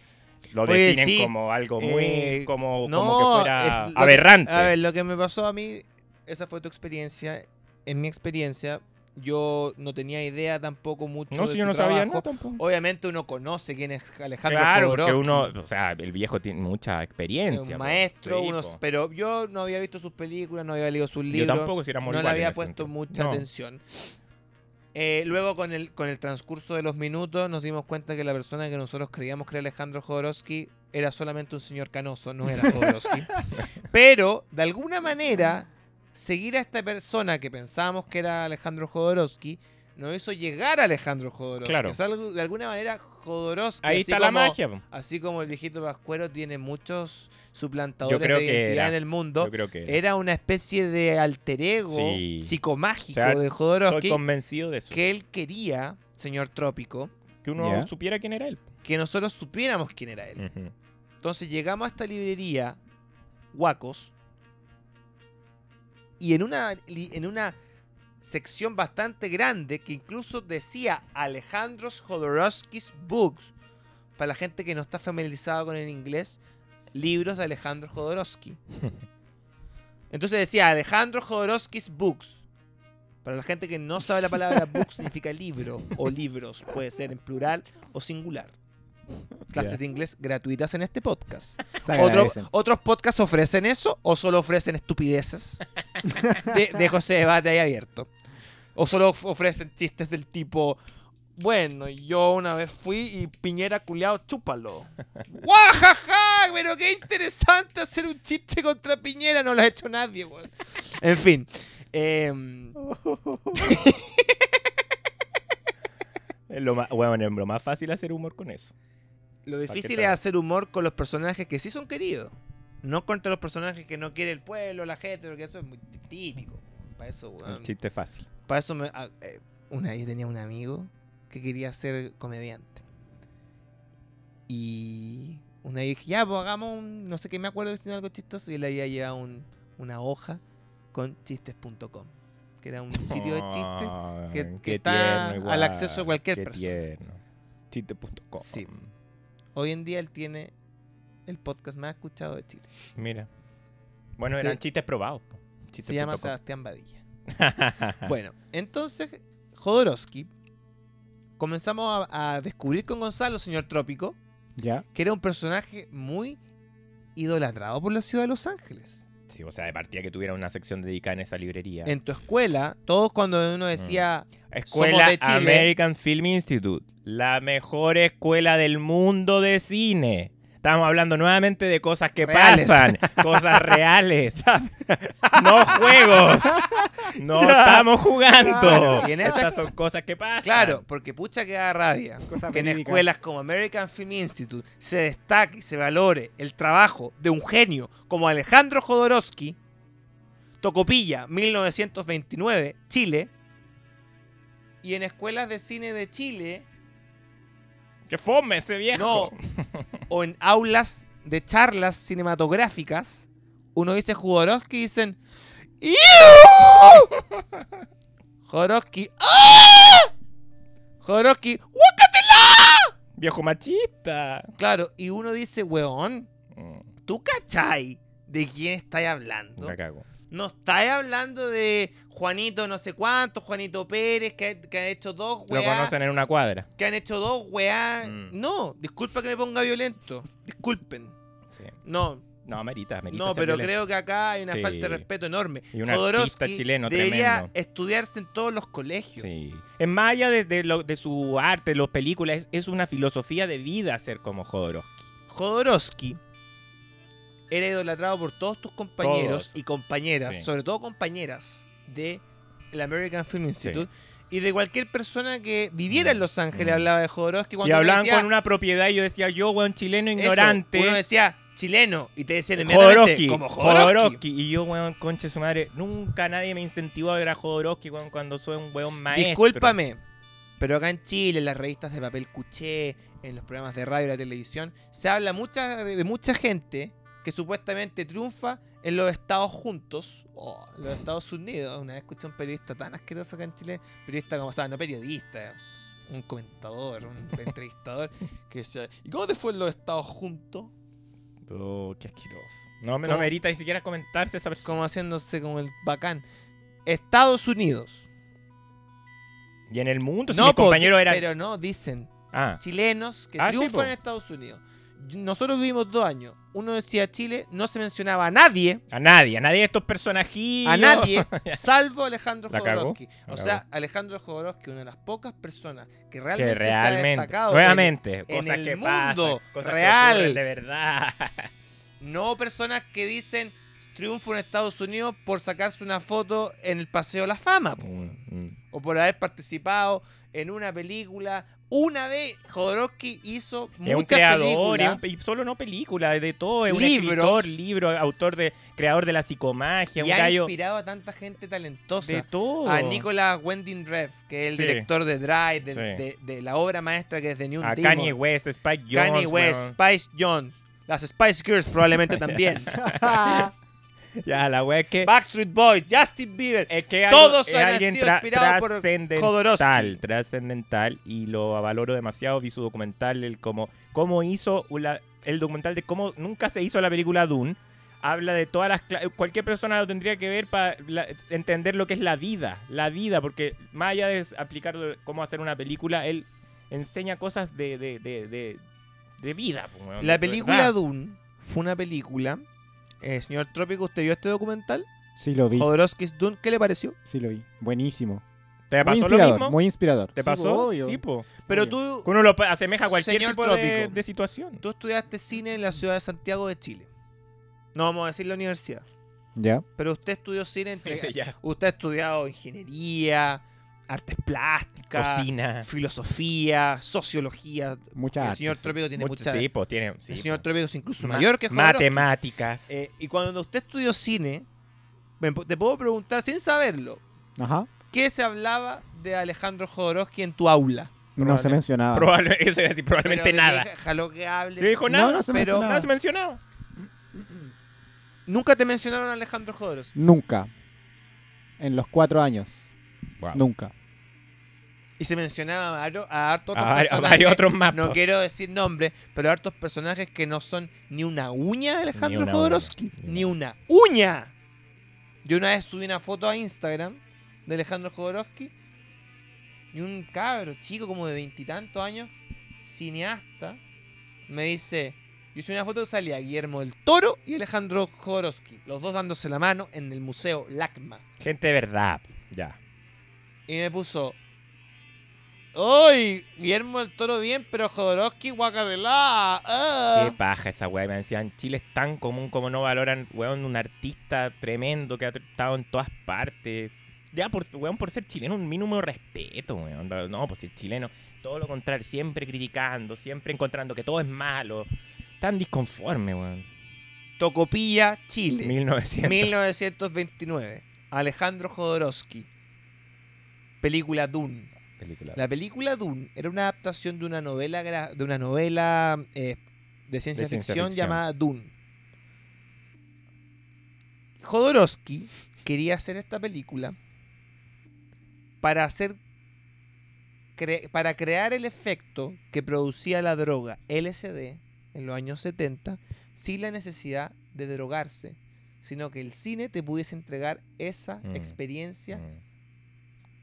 E: Lo
C: Oye,
E: definen
C: sí,
E: como algo muy,
C: eh,
E: como,
C: no,
E: como que fuera
C: es lo que-
E: aberrante.
C: a ver, lo que me pasó a mí, esa fue tu experiencia. En mi experiencia, yo no tenía idea tampoco mucho
E: no,
C: de
E: si yo
C: su
E: no sabía
C: trabajo.
E: nada tampoco.
C: Obviamente uno conoce quién es Alejandro
E: Claro, porque
C: Jodorowsky.
E: uno, o sea, el viejo tiene mucha
C: Es
E: experiencia.
C: un
E: po.
C: maestro,
E: Sí,
C: uno,
E: po.
C: pero yo no había visto sus películas, no había leído sus
E: Yo
C: libros.
E: tampoco si éramos
C: no le
E: iguales en
C: había
E: ese
C: puesto
E: sentido.
C: mucha
E: No.
C: atención. Eh, luego con el, con el transcurso de los minutos nos dimos cuenta que la persona que nosotros creíamos que era Alejandro Jodorowsky era solamente un señor canoso, no era Jodorowsky. Pero, de alguna manera, seguir a esta persona que pensábamos que era Alejandro Jodorowsky nos hizo llegar a Alejandro Jodorowsky.
E: Claro.
C: O sea, algo- de alguna manera, Jodorowsky...
E: Ahí
C: así
E: está la
C: como-
E: magia. po.
C: Así como el viejito Pascuero tiene muchos suplantadores
E: Yo creo
C: de
E: que
C: identidad
E: era.
C: en el mundo,
E: Yo creo que
C: era una especie de alter ego
E: Sí.
C: psicomágico
E: O sea,
C: de
E: estoy
C: Jodorowsky
E: convencido de eso.
C: que él quería, señor Trópico,
E: Que uno
F: Ya.
E: supiera quién era él.
C: que nosotros supiéramos quién era él.
E: Ujú.
C: Entonces llegamos a esta librería, Huacos, y en una, li- en una sección bastante grande que incluso decía Alejandro Jodorowsky's Books, para la gente que no está familiarizada con el inglés, libros de Alejandro Jodorowsky. Entonces decía Alejandro Jodorowsky's Books. Para la gente que no sabe la palabra book significa libro o libros, puede ser en plural o singular. Clases de inglés gratuitas en este podcast.
F: Se
C: Otro-
F: agradecen.
C: ¿Otros podcasts ofrecen eso o solo ofrecen estupideces? De- dejo ese debate ahí abierto. ¿O solo of- ofrecen chistes del tipo, bueno, yo una vez fui y Piñera culiao, chúpalo? ¡Guajaja! Pero qué interesante hacer un chiste contra Piñera, no lo ha hecho nadie, weón. En fin. em,
E: Es lo más, bueno, es lo más fácil hacer humor con eso.
C: Lo
E: qué
C: difícil
E: tal?
C: es hacer humor con los personajes que sí son queridos. No contra los personajes que no quiere el pueblo, la gente, porque eso es muy típico. Para eso,
E: El
C: weón.
E: chiste fácil.
C: Para eso me- ah, eh, una vez yo tenía un amigo que quería ser comediante. Y una vez dije, ya, pues hagamos un, no sé qué, me acuerdo que algo chistoso. Y él había llevado un- una hoja con chistes.com, que era un sitio de
E: Ah.
C: chistes.
E: Ay,
C: que-
E: qué
C: que está
E: tierno
C: al acceso de cualquier
E: qué
C: persona.
E: tierno. Chiste.com.
C: Sí. Hoy en día él tiene el podcast más escuchado de Chile.
E: Mira. Bueno,
C: Se-
E: eran chistes probados. po. Chiste
C: Se llama
E: punto com.
C: Sebastián Badilla. Bueno, entonces Jodorowsky comenzamos a, a descubrir con Gonzalo, señor Trópico,
F: Ya.
C: que era un personaje muy idolatrado por la ciudad de Los Ángeles.
E: Sí, o sea, de partida que tuviera una sección dedicada en esa librería.
C: En tu escuela, todos cuando uno decía,
E: Escuela
C: Somos de Chile.
E: American Film Institute, la mejor escuela del mundo de cine. Estamos hablando nuevamente de cosas que
C: Reales.
E: pasan, cosas reales. no juegos. No estamos jugando.
C: Y en esa-
E: Estas son cosas que pasan.
C: claro, porque pucha que da rabia,
F: Cosas
C: que en
F: verídicas.
C: escuelas como American Film Institute se destaque y se valore el trabajo de un genio como Alejandro Jodorowsky, Tocopilla, 1929, Chile, y en escuelas de cine de Chile
E: Que fome ese viejo.
C: o en aulas de charlas cinematográficas, uno dice Jodorowsky y dicen ¡Iu! Jodorowsky ¡Ah! Jodorowsky ¡Waka!
E: Viejo machista. Mm,
C: Claro, y uno dice, weón, ¿tú cachai de quién estáis hablando?
E: La cago.
C: No estáis hablando de Juanito no sé cuánto, Juanito Pérez, que, ha- que han hecho dos
E: Lo
C: weas,
E: conocen en una cuadra.
C: que han hecho dos weas.
E: Mm.
C: No, disculpa que me ponga violento, disculpen.
E: Sí.
C: No,
E: No, merita, merita.
C: No,
E: ser
C: pero
E: violento.
C: creo que acá hay una
E: Sí.
C: falta de respeto enorme.
E: Y un artista chileno
C: debería
E: tremendo.
C: estudiarse en todos los colegios.
E: Sí. En Maya, desde lo- de su arte, las películas, es, es una filosofía de vida ser como Jodorowsky.
C: Jodorowsky era idolatrado por todos tus compañeros
E: Todos.
C: y compañeras,
E: Sí.
C: sobre todo compañeras de el American Film Institute y de cualquier persona que viviera en Los Ángeles
E: Mm.
C: hablaba de Jodorowsky cuando
E: Y
C: uno
E: hablaban
C: decía-
E: con una propiedad y yo decía, yo, weón, chileno
C: eso,
E: ignorante.
C: uno decía chileno y te decían inmediatamente
E: Jodorowsky,
C: como Jodorowsky.
E: Jodorowsky. Y yo, weón, conche su madre, nunca nadie me incentivó a ver a Jodorowsky weón, cuando soy un weón maestro.
C: Discúlpame, pero acá en Chile, en las revistas de papel cuché, en los programas de radio y la televisión, se habla mucha, de de mucha gente que supuestamente triunfa en los Estados Juntos, o en los Estados Unidos. Una vez escuché a un periodista tan asqueroso acá en Chile, periodista como, o sea, no periodista, un comentador, un entrevistador, que decía, ¿y cómo te fue en los Estados Juntos?
E: Oh, qué asqueroso. No, me- no
C: ¿Cómo?
E: merita ni siquiera comentarse esa persona.
C: Como haciéndose como el bacán. Estados Unidos.
E: Y en el mundo, si
C: no,
E: mis
C: po,
E: compañeros
C: di-
E: eran...
C: pero no, dicen
E: Ah,
C: chilenos que
E: Ah, sí, po.
C: triunfan en Estados Unidos. Y- Nosotros vivimos dos años. Uno decía Chile, no se mencionaba a nadie,
E: a nadie, a nadie de estos personajillos.
C: a nadie, salvo Alejandro
E: La cagó,
C: Jodorowsky.
E: la
C: O sea, Alejandro Jodorowsky, una de las pocas personas que realmente,
E: Que
C: se ha
E: realmente,
C: destacado.
E: nuevamente,
C: en
E: cosas
C: el
E: que
C: mundo
E: pasan, cosas
C: real.
E: que ocurren de verdad.
C: No personas que dicen triunfo en Estados Unidos por sacarse una foto en el Paseo de la Fama po,
E: Mm, mm.
C: o por haber participado en una película. Una de Jodorowsky hizo
E: Es un
C: muchas
E: creador, es
C: películas.
E: un- y solo no película, de todo, es un
C: Libros.
E: escritor, libro, autor de, creador de la psicomagia,
C: Y
E: un
C: ha
E: gallo
C: inspirado a tanta gente talentosa.
E: de todo.
C: a Nicolas Wending Reff, que es el
E: Oh. Sí.
C: director de Drive, de,
E: Sí.
C: de- de la obra maestra que es The New
E: A
C: Demon.
E: Kanye West, Spike Jones.
C: Kanye West,
E: weón.
C: Spice Jones, las Spice Girls probablemente también,
E: Eh. Ya, la wea es que.
C: Backstreet Boys, Justin Bieber.
E: Es que
C: Todos
E: es
C: han
E: alguien
C: sido
E: tra-
C: inspirados por Jodorowsky.
E: trascendental, trascendental y lo valoro demasiado. Vi su documental, el como cómo hizo la- el documental de cómo nunca se hizo la película Dune. Habla de todas las cla- cualquier persona lo tendría que ver para entender lo que es la vida, la vida, porque más allá de aplicar lo- cómo hacer una película, él enseña cosas de de, de, de, de vida. pues, weón,
C: La
E: de
C: película
E: verdad.
C: Dune fue una película. Eh, señor Trópico, ¿usted vio este documental?
F: Sí lo vi,
C: Jodorowsky's Dune, ¿qué le pareció?
F: sí lo vi. Buenísimo.
E: ¿Te
F: Muy
E: pasó lo
F: inspirador,
E: mismo?
F: muy inspirador.
E: ¿Te
F: Sí, po,
E: pasó?
F: obvio.
E: Sí, pues. po.
C: Pero
F: bien.
C: tú,
E: Uno lo pa- asemeja a cualquier
C: Señor
E: tipo de,
C: Trópico.
E: de situación.
C: tú estudiaste cine en la ciudad de Santiago de Chile. No vamos a decir la universidad.
F: Ya.
C: Pero usted estudió cine entre, Usted ha estudiado ingeniería, artes plásticas,
E: Cocina.
C: filosofía, sociología.
F: Mucha
C: el
F: arte,
C: señor
F: sí.
C: Trópico tiene
E: Mucho-
C: mucha.
E: sí, pues tiene. sí,
C: el señor
E: pues.
C: Trópico es incluso
E: Ma-
C: mayor que Jodorowsky.
E: Matemáticas.
C: Eh, y cuando usted estudió cine, me po- te puedo preguntar sin saberlo,
F: Ajá.
C: ¿qué se hablaba de Alejandro Jodorowsky en tu aula?
F: No se mencionaba.
E: Probable- eso es decir, probablemente
C: Pero, "Oh".
E: nada.
C: deja- Jaló que hable.
E: Se dijo nada,
F: No, no se
E: pero
F: mencionaba.
E: nada se mencionaba.
C: Nunca te mencionaron a Alejandro Jodorowsky.
F: Nunca. En los cuatro años. Nunca.
C: Y se mencionaba a, haro- a hartos otros
E: Ah, hay-
C: personajes
E: hay otros más.
C: No
E: po.
C: quiero decir nombres, pero hartos personajes que no son ni una uña de Alejandro
E: una
C: Jodorowsky.
E: uña, ni
C: Ni una uña. Yo una vez subí una foto a Instagram de Alejandro Jodorowsky y un cabro chico como de veintitantos años, cineasta, me dice, yo subí una foto que salía Guillermo del Toro y Alejandro Jodorowsky, los dos dándose la mano en el Museo LACMA.
E: Gente de verdad. Ya.
C: Y me puso. ¡Uy! Guillermo del Toro bien, pero Jodorowsky guacarelá.
E: Qué
C: Ah.
E: paja esa weá. Me decían, Chile es tan común como no valoran, weón, un artista tremendo que ha estado en todas partes. Ya, por, weón, por ser chileno, un mínimo de respeto, weón. No, pues el chileno, todo lo contrario, siempre criticando, siempre encontrando que todo es malo. Tan disconforme, weón.
C: Tocopilla, Chile.
E: 1900.
C: 1929. Alejandro Jodorowsky. Película Dune.
E: Película.
C: La película Dune era una adaptación de una novela gra- de una novela eh, de ciencia
E: De ciencia
C: ficción,
E: ficción.
C: llamada Dune. Jodorowsky quería hacer esta película para hacer cre- para crear el efecto que producía la droga LSD en los años 70 sin la necesidad de drogarse, sino que el cine te pudiese entregar esa
E: Mm,
C: experiencia
E: Mm.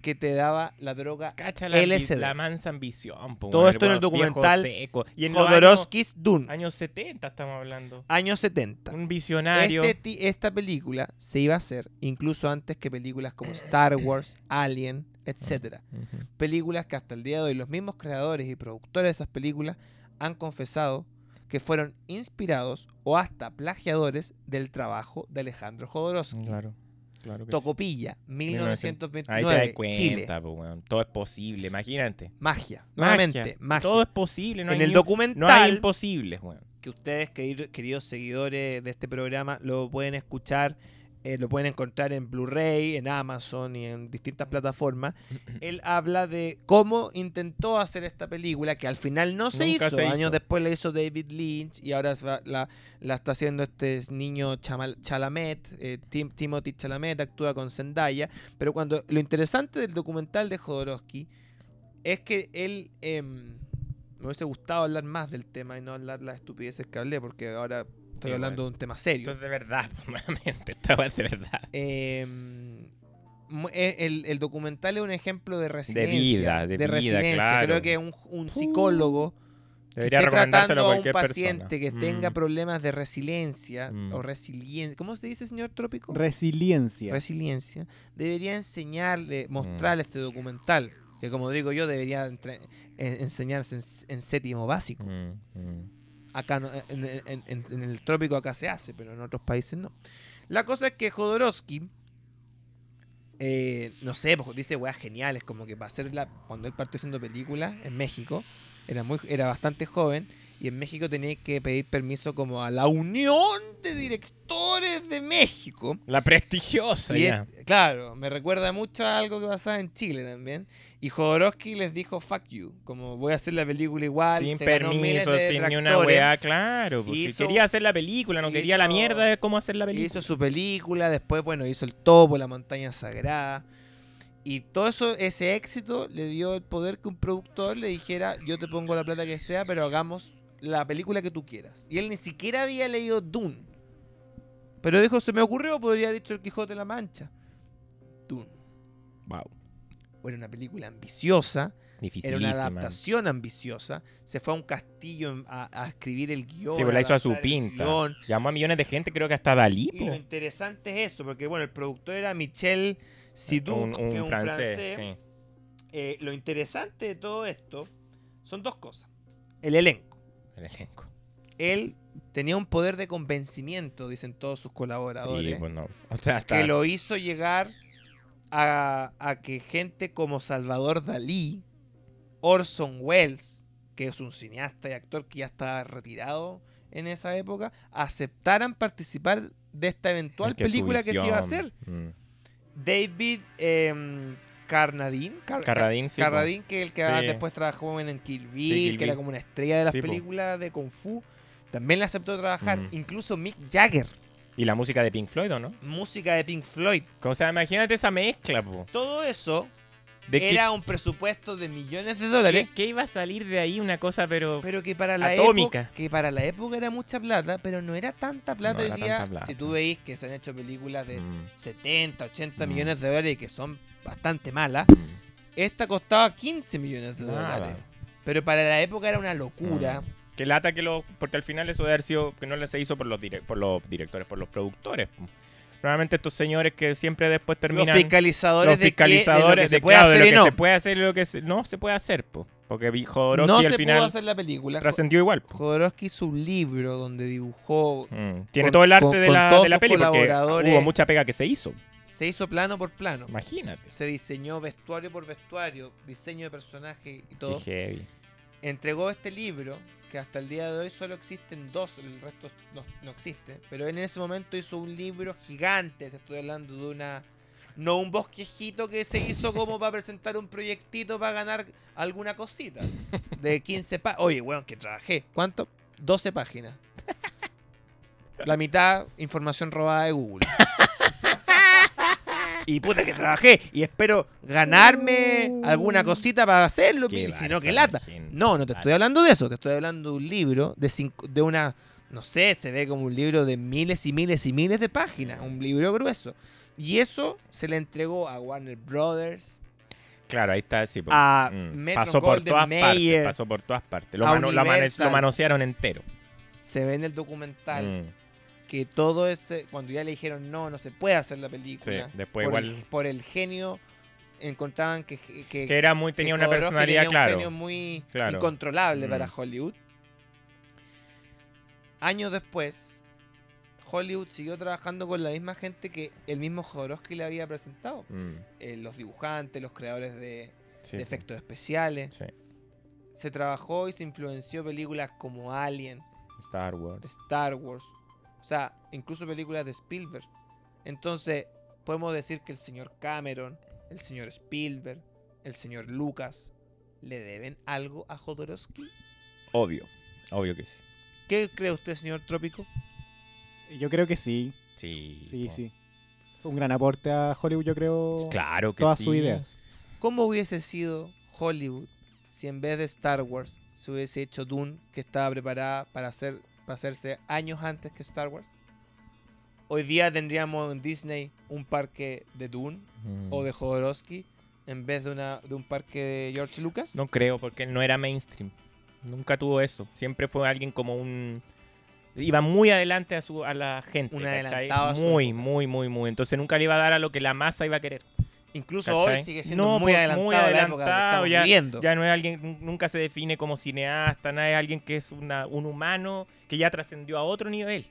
C: que te daba la droga
E: Cacha la,
C: LSD.
E: la mansa ambición. po,
C: Todo
E: weón,
C: esto en el
E: weón viejo
C: documental
E: seco. Y en los años,
C: Jodorowsky's Dune,
E: años 70 estamos hablando.
C: años 70.
E: Un visionario.
C: Este ti- esta película se iba a hacer incluso antes que películas como Star Wars, Alien, etcétera.
E: Ujú.
C: películas que hasta el día de hoy los mismos creadores y productores de esas películas han confesado que fueron inspirados o hasta plagiadores del trabajo de Alejandro Jodorowsky.
E: Claro, claro que
C: Tocopilla,
E: sí. pues. Ahí te das
C: 1929,
E: cuenta,
C: Chile.
E: po, weón. todo es posible, imagínate.
C: Magia,
E: Magia.
C: nuevamente, magia.
E: Todo es posible, no
C: en
E: hay
C: el
E: ni- no hay
C: documental
E: imposibles, weón.
C: que ustedes, queri- queridos seguidores de este programa, lo pueden escuchar, eh, lo pueden encontrar en Blu-ray, en Amazon y en distintas plataformas. Él habla de cómo intentó hacer esta película, que al final no se,
E: Nunca
C: hizo.
E: se hizo.
C: Años después la hizo David Lynch y ahora se va- la, la está haciendo este niño Chamal- Chalamet, eh, Tim- Timothy Chalamet, actúa con Zendaya. Pero cuando lo interesante del documental de Jodorowsky es que él. em, me hubiese gustado hablar más del tema y no hablar las estupideces que hablé, porque ahora estoy
E: Sí,
C: hablando
E: bueno.
C: de un tema serio.
E: Esto es de verdad, po, nuevamente. Esta weá es de verdad.
C: Eh, mu- eh, el, el documental es un ejemplo de resiliencia.
E: vida, de vida,
C: resiliencia.
E: claro. Uh,
C: Creo que un, un psicólogo que
E: Debería
C: esté
E: recomendárselo
C: tratando
E: a
C: a un
E: cualquier
C: paciente
E: persona.
C: que
E: Mm.
C: tenga problemas de resiliencia
E: Mm.
C: o resiliencia. ¿Cómo se dice, señor Trópico?
F: Resiliencia.
C: resiliencia, debería
E: Mm.
C: enseñarle, mostrarle este documental, que como digo yo, debería entre- en- enseñarse en, en séptimo básico.
E: Mm, mm.
C: Acá no- en, en- en- en el trópico acá se hace, pero en otros países no. La cosa es que Jodorowsky, eh, no sé, pues, dice weas geniales, como que para hacer la, cuando él partió haciendo películas en México, era, muy, era bastante joven. Y en México tenía que pedir permiso como a la Unión de Directores de México
E: La prestigiosa,
C: y
E: ya.
C: es- claro, me recuerda mucho a algo que pasaba en Chile también. Y Jodorowsky les dijo, fuck you, como voy a hacer la película igual.
E: sin
C: se ganó miles
E: permiso,
C: de
E: sin ni una
C: detractores,
E: weá, claro. pues, si
C: Hizo-
E: quería hacer la película, no quería la
C: hizo-
E: mierda de cómo hacer la película.
C: Hizo su película, después, bueno, hizo El Topo, La Montaña Sagrada. Y todo eso, ese éxito le dio el poder que un productor le dijera, yo te pongo la plata que sea, pero hagamos la película que tú quieras. Y él ni siquiera había leído Dune. Pero dijo, se me ocurrió, podría haber dicho El Quijote de la Mancha. Dune.
E: Wow,
C: Era una película ambiciosa, Era
E: dificilísima.
C: una adaptación ambiciosa. Se fue a un castillo en- a, a escribir el guión.
E: Sí, pues la hizo a su
C: adaptar el
E: pinta.
C: guión.
E: Llamó a millones de gente, creo que hasta Dalí, pues.
C: Y lo
E: po.
C: interesante es eso, porque bueno, el productor era Michel Sidou,
E: un,
C: que es
E: un francés. sí.
C: Eh, lo interesante de todo esto son dos cosas. El elenco.
E: El elenco.
C: Él tenía un poder de convencimiento, dicen todos sus
E: Sí,
C: colaboradores,
E: pues no. O sea, hasta
C: que lo hizo llegar a, a que gente como Salvador Dalí, Orson Welles, que es un cineasta y actor que ya está retirado en esa época, aceptaran participar de esta eventual
E: que su
C: película que se iba a
E: visión,
C: hacer.
E: mm.
C: David em, Carnadine, Car-
E: Carradine, sí,
C: Carradine, que el que
E: Sí.
C: ah, después trabajó en en Kill Bill,
E: Kill
C: que era
E: Bill.
C: como una estrella de las
E: Sí, po.
C: películas de Kung Fu, también le aceptó trabajar.
E: Mm.
C: Incluso Mick Jagger,
E: Y la música de Pink Floyd, ¿o no?
C: música de Pink Floyd.
E: O sea, imagínate esa mezcla, po.
C: Todo eso
E: De que-
C: era un presupuesto de millones de
E: que,
C: dólares,
E: que iba a salir de ahí una cosa, pero...
C: pero que para la
E: Atómica.
C: época que para la época era mucha plata, pero no era tanta plata
E: No
C: hoy
E: era
C: día.
E: tanta plata.
C: Si tú veis que se han hecho películas de
E: Mm,
C: 70, 80
E: Mm.
C: millones de dólares y que son bastante malas,
E: mm.
C: esta costaba 15 millones de
E: Nada. Mm.
C: dólares. Pero para la época era una locura.
E: Que lata que lo. Porque al final eso de haber sido. Que no se hizo por los, direc- por los directores, por los productores. Normalmente estos señores que siempre después terminan.
C: los fiscalizadores,
E: los fiscalizadores
C: de,
E: de,
C: que- de
E: claro, de
C: lo que se puede hacer y
E: lo
C: no.
E: que se puede hacer y lo que se- no se puede hacer. po. Porque vi- Jodorowsky
C: no
E: al
C: se
E: final
C: pudo hacer la película. Jo-
E: trascendió igual. po.
C: Jodorowsky hizo un libro donde dibujó,
E: Mm. Tiene
C: con-
E: todo el arte
C: con-
E: de
C: con
E: la,
C: todos
E: de la
C: sus
E: peli. Porque
C: colaboradores.
E: hubo mucha pega que se hizo.
C: se hizo plano por plano.
E: Imagínate.
C: Se diseñó vestuario por vestuario, diseño de personaje y todo.
E: Qué heavy.
C: Entregó este libro, que hasta el día de hoy solo existen dos, el resto no, no existe. Pero en ese momento hizo un libro gigante, te estoy hablando de una... No un bosquejito que se hizo como para presentar un proyectito para ganar alguna cosita. De 15 páginas. Oye, weón, que trabajé. ¿Cuánto? 12 páginas. La mitad, información robada de Google. Y puta que trabajé. Y espero ganarme alguna cosita para hacerlo.
E: Uh. Qué
C: y Si no,
E: bárbaro,
C: que lata.
E: gente.
C: No, no te estoy hablando de eso. Te estoy hablando de un libro de, cinco- de una. No sé, se ve como un libro de miles y miles y miles de páginas. Un libro grueso. Y eso se le entregó a Warner Brothers,
E: Claro, ahí está. Sí, porque,
C: A
E: mm,
C: Metro
E: pasó por
C: Golden
E: todas
C: Mayer.
E: partes. Pasó por todas partes. Lo,
C: A
E: mano- la mane-
C: Universal.
E: lo manosearon entero.
C: Se ve en el documental
E: Mm,
C: que todo ese. Cuando ya le dijeron no, no se puede hacer la
E: sí,
C: película.
E: después
C: por, el,
E: igual.
C: por el genio encontraban que. que,
E: Que era muy, tenía
C: que
E: una
C: Jodorowsky
E: personalidad,
C: tenía
E: claro.
C: Un genio muy
E: Claro.
C: incontrolable
E: Mm.
C: para Hollywood. Años después, Hollywood siguió trabajando con la misma gente que el mismo Jodorowsky le había presentado.
E: Mm,
C: Eh, los dibujantes, los creadores de, de
E: sí, sí,
C: efectos especiales.
E: sí.
C: Se trabajó y se influenció películas como Alien,
E: Star Wars.
C: Star Wars, o sea, incluso películas de Spielberg. Entonces, podemos decir que el señor Cameron, el señor Spielberg, el señor Lucas, le deben algo a Jodorowsky. Este.
E: Obvio. Obvio que sí.
C: ¿Qué cree usted, señor Trópico?
F: Yo creo que sí,
E: Sí.
F: sí,
E: po.
F: sí. Fue un gran aporte a Hollywood, yo creo.
E: Claro que
F: todas
E: sí.
F: sus ideas.
C: ¿Cómo hubiese sido Hollywood si en vez de Star Wars se hubiese hecho Dune, que estaba preparada para, hacer, para hacerse años antes que Star Wars? Hoy día tendríamos en Disney un parque de Dune
E: Mm.
C: o de Jodorowsky en vez de, una, de un parque de George Lucas.
E: No creo, porque él no era mainstream. Nunca tuvo eso. Siempre fue alguien como un. Iba muy adelante a, su, a la gente.
C: Un
E: ¿cachai?
C: adelantado a su
E: Muy,
C: época.
E: muy, muy, muy. Entonces nunca le iba a dar a lo que la masa iba a querer.
C: Incluso
E: ¿cachai?
C: hoy sigue siendo
E: No,
C: muy,
E: pues,
C: adelantado
E: muy
C: a la época que
E: adelantado,
C: estamos
E: ya-
C: viviendo.
E: Ya no es alguien, nun- nunca se define como cineasta, nada, es alguien que es una, un humano que ya trascendió a otro nivel.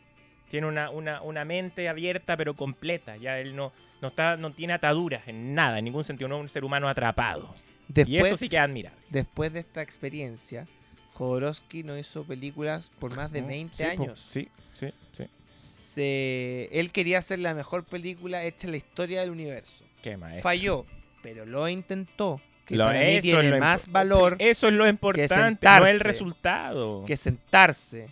E: Tiene una, una, una mente abierta pero completa. Ya él no, no, está, no tiene ataduras en nada, en ningún sentido. No es un ser humano atrapado.
C: Después,
E: y eso sí que es admirable.
C: después de esta experiencia, Jodorowsky no hizo películas por más de 20
E: Sí, po.
C: años.
E: Sí, sí, sí.
C: Se- él quería hacer la mejor película hecha en la historia del universo.
E: Qué maestro.
C: Falló, pero lo intentó. Que
E: Lo-
C: para
E: eso
C: mí
E: es
C: tiene
E: lo
C: más
E: impo-
C: valor
E: Eso es lo importante, no el
C: sentarse,
E: resultado.
C: que sentarse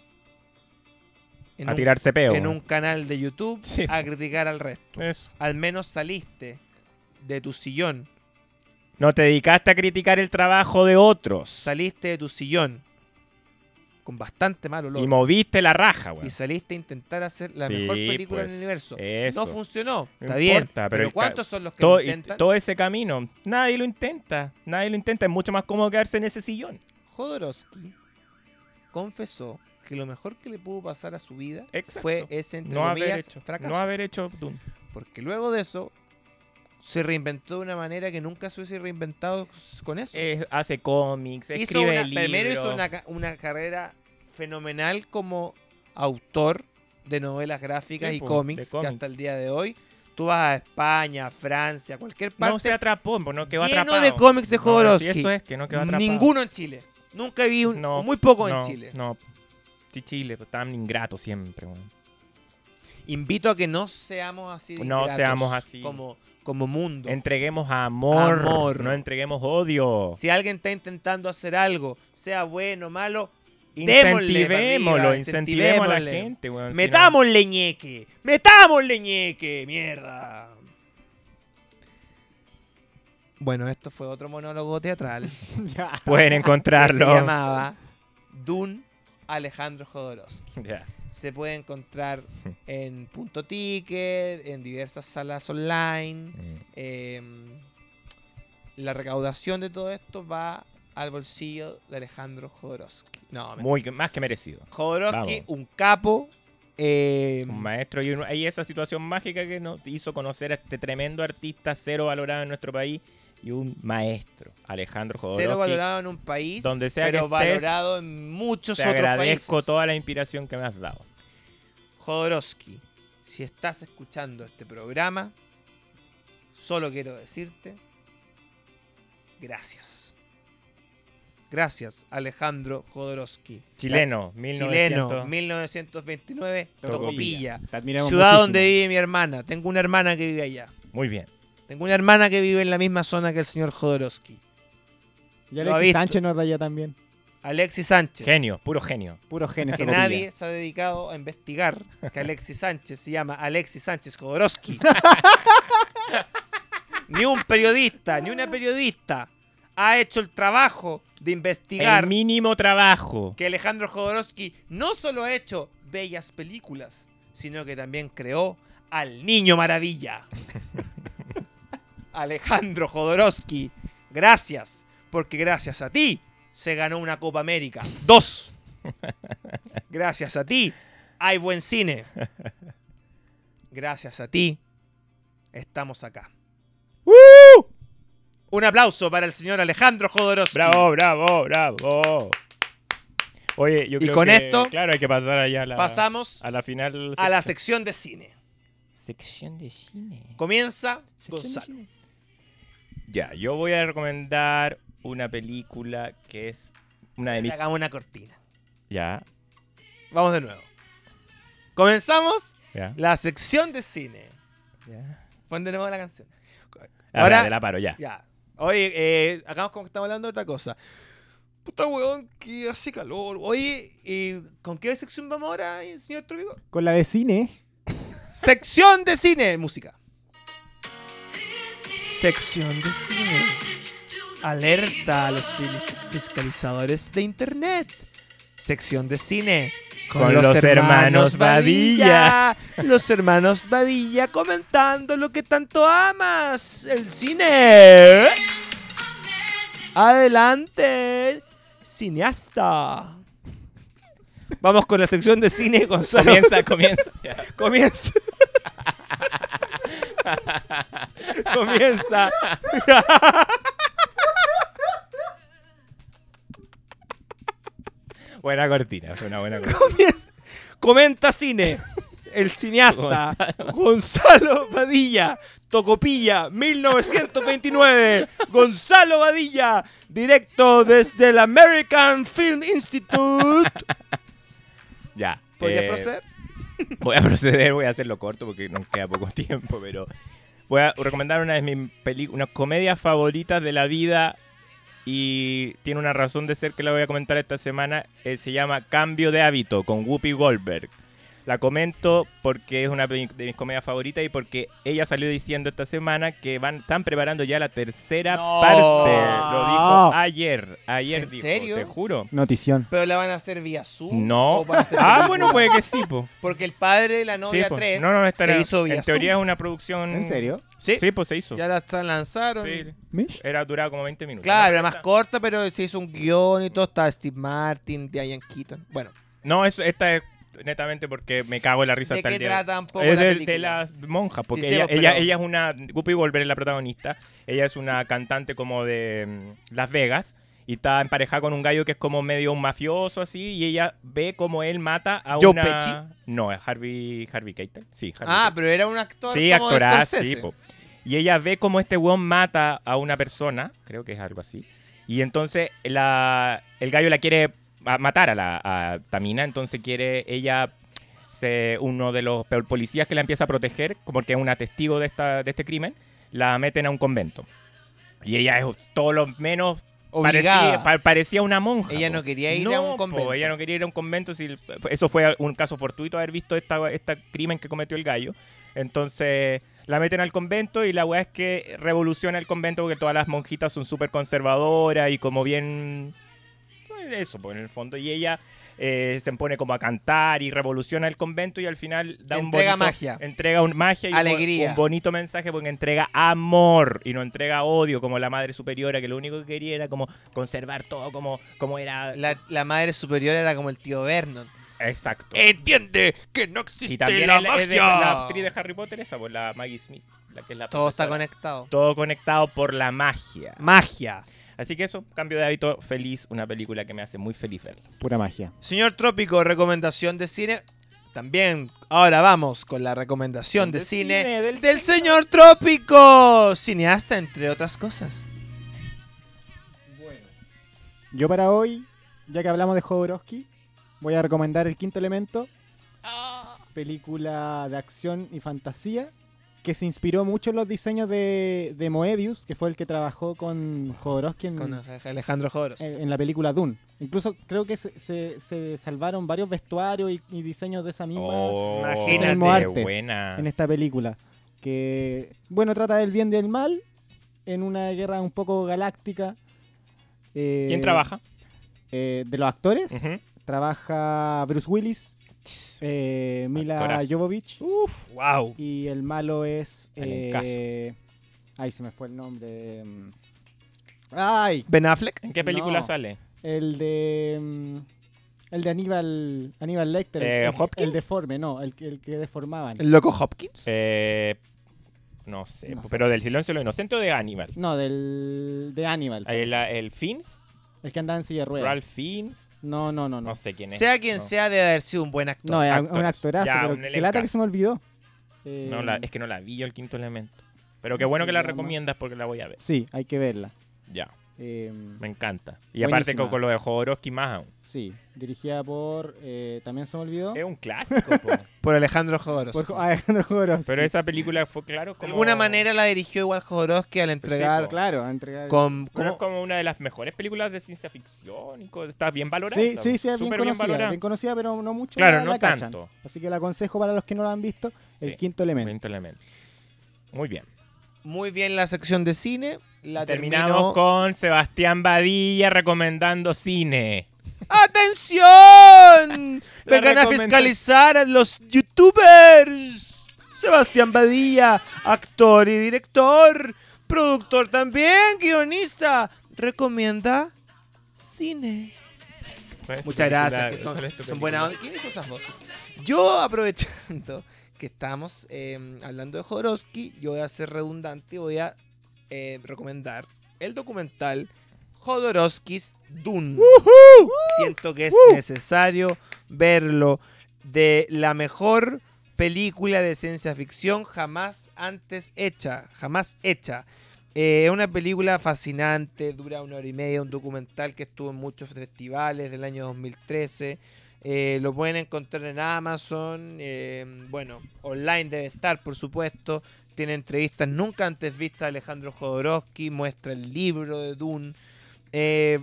C: en,
E: a
C: un,
E: tirarse peo.
C: en un canal de YouTube
E: Sí.
C: a criticar al resto.
E: Eso.
C: Al menos saliste de tu sillón,
E: No te dedicaste a criticar el trabajo de otros.
C: saliste de tu sillón con bastante mal olor
E: Y moviste la raja, güey.
C: y saliste a intentar hacer la
E: Sí,
C: mejor película
E: pues,
C: del universo.
E: eso.
C: No funcionó,
E: No
C: está
E: importa,
C: bien,
E: pero
C: pero,
E: el ca-
C: ¿cuántos son los que
E: Todo,
C: lo
E: y
C: intentan?
E: todo ese camino, nadie lo intenta. Nadie lo intenta. Es mucho más cómodo quedarse en ese sillón.
C: Jodorowsky confesó que lo mejor que le pudo pasar a su vida
E: Exacto.
C: fue ese entre
E: No haber,
C: comillas,
E: hecho,
C: fracaso.
E: no haber hecho Doom.
C: Porque luego de eso se reinventó de una manera que nunca se hubiese reinventado con eso.
E: Eh, hace cómics,
C: hizo
E: escribe
C: una,
E: libros.
C: primero hizo una, ca- una carrera fenomenal como autor de novelas gráficas
E: Sí,
C: y
E: po, de
C: cómics, que
E: cómics.
C: hasta el día de hoy tú vas a España, Francia, cualquier parte
E: No se atrapó, pues, no quedó
C: lleno
E: atrapado.
C: de cómics de
E: No, si
C: Jodorowsky.
E: eso es, que no quedó atrapado.
C: Ninguno en Chile. Nunca vi un,
E: No,
C: muy poco
E: no,
C: en Chile.
E: No. Sí, Chile, pues, tan ingrato siempre, weón.
C: Invito a que no seamos así. de
E: No
C: ingratos
E: seamos así.
C: Como, como mundo.
E: Entreguemos amor,
C: Amor.
E: no entreguemos odio.
C: Si alguien está intentando hacer algo, sea bueno o malo, Démosle para
E: Incentivémoslo,
C: arriba,
E: incentivemos a la
C: incentivémosle.
E: gente, weón. si no-
C: metámosle ñeque. Metámosle ñeque, mierda. Bueno, esto fue otro monólogo teatral. que
F: Ya.
E: Pueden
C: se
E: encontrarlo.
C: llamaba Dune Alejandro Jodorowsky.
E: Ya.
C: Se puede encontrar en Punto Ticket, en diversas salas online. em, la recaudación de todo esto va al bolsillo de Alejandro Jodorowsky. No, mentira.
E: Muy, más que merecido.
C: Jodorowsky,
E: Vamos.
C: un capo. em,
E: Un maestro y, un- y esa situación mágica que nos hizo conocer a este tremendo artista cero valorado en nuestro país y un maestro, Alejandro Jodorowsky.
C: cero valorado en un país,
E: donde sea que
C: pero
E: estés,
C: valorado en muchos
E: Te
C: otros
E: agradezco
C: países.
E: toda la inspiración que me has dado.
C: Jodorowsky, si estás escuchando este programa, solo quiero decirte gracias. Gracias, Alejandro Jodorowsky.
E: Chileno, 1900.
C: Chileno, 1929,
E: Tocopilla.
C: Tocopilla.
F: Te admiramos
C: Ciudad
F: muchísimo.
C: donde vive mi hermana. Tengo una hermana que vive allá.
E: Muy bien.
C: Tengo una hermana que vive en la misma zona que el señor Jodorowsky.
F: Y
C: Lo ha
F: Alexis
C: visto.
F: Sánchez nos da allá también.
C: Alexis Sánchez.
E: Genio, puro genio.
F: Puro genio.
C: que
F: esta copilla.
C: nadie se ha dedicado a investigar que Alexis Sánchez se llama Alexis Sánchez Jodorowsky. ni un periodista, ni una periodista ha hecho el trabajo de investigar
E: El mínimo trabajo.
C: que Alejandro Jodorowsky no solo ha hecho bellas películas, sino que también creó al Niño Maravilla. Alejandro Jodorowsky, Gracias, porque gracias a ti se ganó una Copa América. Dos. Gracias a ti hay buen cine. Gracias a ti estamos acá.
E: ¡Woo!
C: Un aplauso para el señor Alejandro Jodorowsky.
E: Bravo, bravo, bravo. Oye, yo
C: Y
E: creo
C: con
E: que,
C: esto
E: claro, hay que pasar allá a la,
C: Pasamos
E: a la final.
C: a la sección de cine.
E: sección de cine.
C: Comienza
E: Sección de
C: Gonzalo.
E: cine. Ya, yo voy a recomendar una película que es una de
C: Le
E: mis.
C: hagamos una cortina.
E: Ya,
C: Vamos de nuevo. Comenzamos
E: ya.
C: la sección de cine.
E: ya.
C: Pon de nuevo la canción.
E: Ahora
C: Ahora-
E: de la paro, ya.
C: Ya. Oye, eh, acá como que estamos hablando de otra cosa. Puta weón, que hace calor. Oye, eh, ¿con qué sección vamos ahora, eh, señor Trubico?
F: Con la de cine.
C: Sección de cine, música. Sección de cine. Alerta a los fis- fiscalizadores de internet. Sección de cine.
E: Con los hermanos Badilla.
C: Badilla. Los hermanos Badilla comentando lo que tanto amas. El cine. Adelante, cineasta. Vamos con la sección de cine, Gonzalo.
E: Comienza, comienza. Ya.
C: Comienza. Comienza.
E: Buena cortina, fue una buena cortina.
C: Comienza. Comenta cine. El cineasta Gonzalo Badilla, Tocopilla, 1929. Gonzalo Badilla, directo desde el American Film Institute.
E: Ya.
C: ¿Podrías
E: eh,
C: proceder?
E: Voy a proceder, voy a hacerlo corto porque nos queda poco tiempo, pero voy a recomendar una de mis películas, unas comedias favoritas de la vida y tiene una razón de ser que la voy a comentar esta semana. eh, se llama Cambio de hábito con Whoopi Goldberg. La comento porque es una pe- de mis comedias favoritas y porque ella salió diciendo esta semana que van están preparando ya la tercera
C: No.
E: parte. Lo dijo ayer, ayer
C: ¿En
E: dijo,
C: serio?
E: te juro.
F: Notición.
C: Pero la van a hacer vía Zoom.
E: No.
C: o van a hacer
E: Ah,
C: película.
E: bueno, puede que sí, po.
C: Porque el padre de la novia
E: Sí, po.
C: 3
E: no, no, esta
C: se
E: era-
C: hizo vía
E: En teoría
C: Zoom.
E: es una producción.
F: ¿En serio?
C: Sí,
E: Sí, pues se hizo.
C: ya la está- lanzaron.
E: Sí,
F: ¿Mish?
E: Era duraba como 20 minutos.
C: Claro,
E: No,
C: era más
E: esta-
C: corta, pero se hizo un guión y todo. Estaba Steve Martin, Diane Keaton. Bueno,
E: No, eso, esta es netamente porque me cago en la risa
C: ¿de
E: hasta
C: qué
E: el día.
C: trata un poco
E: es
C: la
E: de,
C: película?
E: de las monjas, porque
C: Sí, sí,
E: ella,
C: pero-
E: ella, ella es una. Guppy Wolver es la protagonista. Ella es una cantante como de mm, Las Vegas. Y está emparejada con un gallo que es como medio un mafioso así. Y ella ve como él mata a
C: ¿Joe
E: una.
C: Pesci?
E: No, es Harvey, Harvey Keitel. Sí, Harvey
C: Ah,
E: Keitel.
C: pero era un actor
E: Sí,
C: como de
E: actorazo,
C: Scorsese.
E: sí, pues. po. Y ella ve cómo este weón mata a una persona, creo que es algo así. Y entonces la, el gallo la quiere a- matar a la a Tamina, entonces quiere ella, se, uno de los peor policías que la empieza a proteger, como que es una testigo de, esta, de este crimen, la meten a un convento. Y ella es todo lo menos
C: Obligada.
E: Parecía, pa- parecía una monja.
C: Ella
E: po.
C: no quería ir a un
E: po,
C: convento.
E: ella no quería ir a un convento. Si, eso fue un caso fortuito haber visto esta, esta crimen que cometió el gallo. Entonces la meten al convento y la weá es que revoluciona el convento porque todas las monjitas son súper conservadoras y como bien... Eso, pues en el fondo. Y ella eh, se pone como a cantar y revoluciona el convento y al final da un
C: Entrega
E: bonito-
C: magia.
E: Entrega un magia y un-
C: Alegría.
E: un bonito mensaje porque entrega amor y no entrega odio como la madre superiora que lo único que quería era como conservar todo como, como era...
C: La, la madre superior era como el tío Vernon.
E: Exacto.
C: Entiende que no
E: y
C: existe
E: también
C: la
E: es la- es de- la
C: magia.
E: actriz de Harry Potter esa, pues la Maggie Smith. La que es la
C: Todo está
E: profesora.
C: conectado.
E: Todo conectado por la magia.
C: Magia.
E: Así que eso, cambio de hábito feliz, una película que me hace muy feliz verla.
F: Pura magia.
C: Señor Trópico, recomendación de cine. También, ahora vamos con la recomendación de,
E: Del
C: cine,
E: cine,
C: del,
E: del
C: señor Trópico, cineasta entre otras cosas.
F: Yo para hoy, ya que hablamos de Jodorowsky, voy a recomendar El Quinto Elemento,
E: Ah.
F: película de acción y fantasía que se inspiró mucho en los diseños de, de Moebius, que fue el que trabajó con Jodorowsky en,
E: Mm.
C: Con Alejandro Joros.
E: Eh.
F: en- en la película Dune. Incluso creo que se, se- se salvaron varios vestuarios y, y diseños de esa misma
E: Oh,
C: imagínate.
F: Mismo arte.
E: buena.
F: en este- esta película. Que, bueno, trata del bien y del mal en una guerra un poco galáctica. Eh,
E: ¿Quién trabaja?
F: eh, de los actores.
E: Ujú.
F: Trabaja Bruce Willis, eh, Mila
E: Actorazo.
F: Jovovich
E: Uf, wow.
F: y el malo es...
E: Algún caso.
F: eh, ay, se me fue el nombre. mm, Ay,
C: Ben Affleck.
E: ¿En qué película
F: No.
E: sale?
F: el de. mm, El de Aníbal, Aníbal Lecter. el-
E: Eh,
F: el,
E: ¿Hopkins?
F: el deforme, no, el, que- el que deformaban.
C: El loco Hopkins.
E: Eh, no sé,
F: No sé.
E: pero del silencio de los inocentes o de Aníbal.
F: No, del. De Aníbal.
E: El, el Fins,
F: El que andaba en silla de ruedas.
E: Ralph Fins,
F: No, no, no, no.
E: no sé quién es.
C: sea quien
E: no.
C: sea, debe haber sido un buen actor.
F: No, es
E: actores.
F: un actorazo,
E: Ya,
F: pero
E: un
F: que lata
E: elencazo.
F: que se me olvidó. Eh,
E: No la- es que no la vi yo el quinto elemento. Pero qué
F: ¿Cómo
E: bueno
F: se
E: que la
F: llama?
E: recomiendas porque la voy a ver.
F: Sí, hay que verla.
E: Ya,
F: Eh,
E: me encanta. Y
F: Buenísima.
E: aparte con, con lo de Jodorowsky más aún.
F: sí, dirigida por. eh, También se me olvidó.
E: Es un clásico. po.
C: Por Alejandro Jodorowsky.
F: Por Jo- Alejandro Jodorowsky.
E: Pero esa película fue, claro,
C: De
E: como... Pues
C: alguna manera la dirigió igual Jodorowsky al
E: Sí,
C: entregar
E: po.
F: Claro, a entregar.
C: con...
E: Pero es
C: ¿cómo?
E: como una de las mejores películas de ciencia ficción y cosas. Está bien valorada.
F: Sí, sí, sí,
E: súper
F: es bien conocida, bien,
E: valorada.
F: conocida, pero no mucho.
E: Claro,
F: la-
E: no
F: la cachan.
E: tanto.
F: Así que la aconsejo para los que no la han visto, el
E: Sí.
F: quinto elemento.
E: Quinto elemento. Muy bien.
C: Muy bien la sección de cine. La
E: Terminamos
C: terminó-
E: con Sebastián Badilla recomendando cine.
C: ¡Atención!
E: La
C: Vengan a
E: recomendación.
C: fiscalizar a los youtubers. Sebastián Badilla, actor y director, productor también, guionista, recomienda cine.
E: ¿Cuál es tu
C: Muchas
E: película?
C: gracias, que son,
E: ¿Cuál es tu
C: son
E: película?
C: buenas onda. ¿Quiénes son esas voces? Yo aprovechando que estamos eh, hablando de Jodorowsky, yo voy a ser redundante y voy a eh, recomendar el documental Jodorowsky's Dune. Siento que es necesario verlo de la mejor película de ciencia ficción jamás antes hecha, jamás hecha. Eh, Es una película fascinante, dura una hora y media, un documental que estuvo en muchos festivales del año 2013. Eh, lo pueden encontrar en Amazon, eh, bueno, online debe estar, por supuesto. Tiene entrevistas nunca antes vistas de Alejandro Jodorowsky, muestra el libro de Dune. Eh,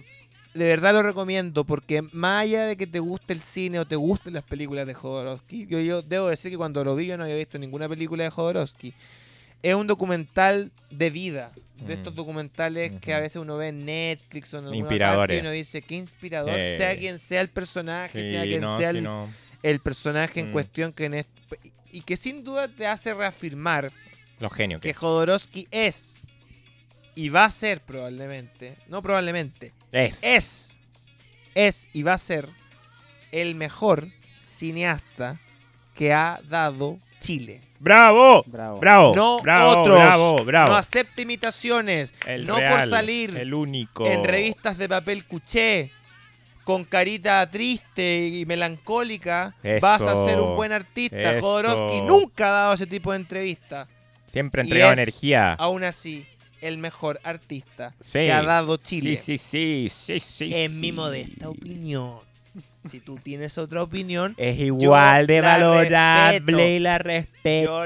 C: de verdad lo recomiendo porque más allá de que te guste el cine o te gusten las películas de Jodorowsky, yo, yo debo decir que cuando lo vi yo no había visto ninguna película de Jodorowsky. Es un documental de vida, de estos
E: Mm.
C: documentales que a
E: Ujú.
C: veces uno ve en Netflix o en alguna parte
E: Inspiradores.
C: y uno dice qué inspirador,
E: Eh.
C: sea quien sea el personaje, sea
E: Sí,
C: quien
E: no,
C: sea
E: sí,
C: el,
E: no.
C: el personaje en
E: Mm.
C: cuestión que en est- y que sin duda te hace reafirmar
E: Los genios.
C: que
E: Que...
C: Jodorowsky es y va a ser probablemente, no probablemente,
E: Es.
C: es, es y va a ser el mejor cineasta que ha dado Chile.
E: ¡Bravo!
F: Bravo.
E: ¡Bravo!
C: no
E: ¡Bravo!
C: otros.
E: ¡Bravo! ¡Bravo!
C: No acepta imitaciones.
E: El
C: no por
E: real,
C: salir
E: El único.
C: en revistas de papel cuché con carita triste y melancólica,
E: Eso.
C: vas a ser un buen artista.
E: Eso.
C: Jodorowsky nunca ha dado ese tipo de entrevista.
E: Siempre ha
C: Y
E: entregado
C: es-
E: energía.
C: Aún así, el mejor artista
E: Ah. Sí.
C: que ha dado
E: Sí,
C: Chile.
E: sí, sí, sí, sí.
C: en mi
E: sí.
C: modesta opinión. Si tú tienes otra opinión,
E: Es igual de
C: la respeto.
E: valorable y la respeto.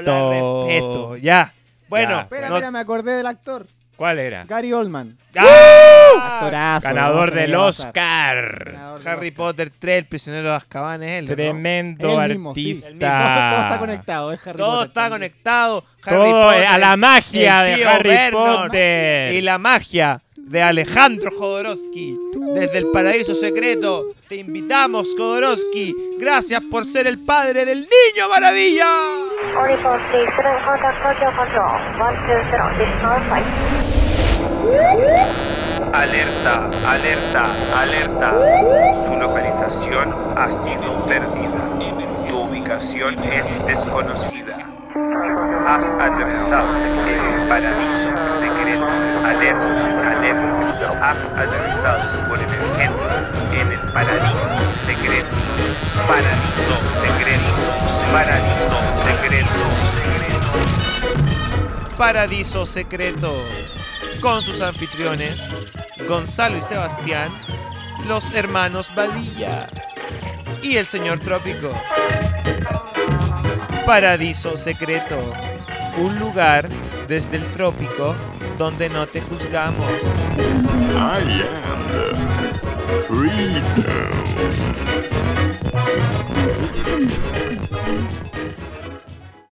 C: yo la respeto. Ya. Bueno,
F: Espera,
C: no-
F: espera, me acordé del actor.
E: ¿Cuál era?
F: Gary Oldman.
C: ¡Ah!
F: Actorazo. no
E: Ganador
F: se le
E: del
F: va a pasar.
E: Oscar.
F: Ganador del
C: Harry
F: Oscar.
C: Potter 3, el prisionero de Azkaban es él. ¿no?
E: Tremendo
F: Es el mismo, sí.
E: artista.
F: El mismo. Todo, todo está conectado, es Harry
C: Todo
F: Potter
C: está
F: también.
C: conectado. Harry
E: Todo eh,
C: Potter,
E: a la magia
C: el
E: de
C: tío
E: Harry
C: Vernon.
E: Potter.
C: Y la magia de Alejandro Jodorowsky. Desde el paraíso secreto te invitamos, Jodorowsky. Gracias por ser el padre del niño maravilla.
A: Only for please, student contact Tokyo Control. 120, dismount flight.
B: Alerta, alerta, alerta. Su localización ha sido perdida. Tu ubicación es desconocida. Has aterrizado en el paraíso secreto. Alerta, alerta. Has aterrizado por emergencia en el paraíso secreto. Paraíso secreto. Paraíso secreto. secreto.
C: Paradiso secreto. Con sus anfitriones, Gonzalo y Sebastián, los hermanos Badilla y el señor Trópico. Paradiso secreto. Un lugar desde el trópico donde no te juzgamos.
D: I am the freedom.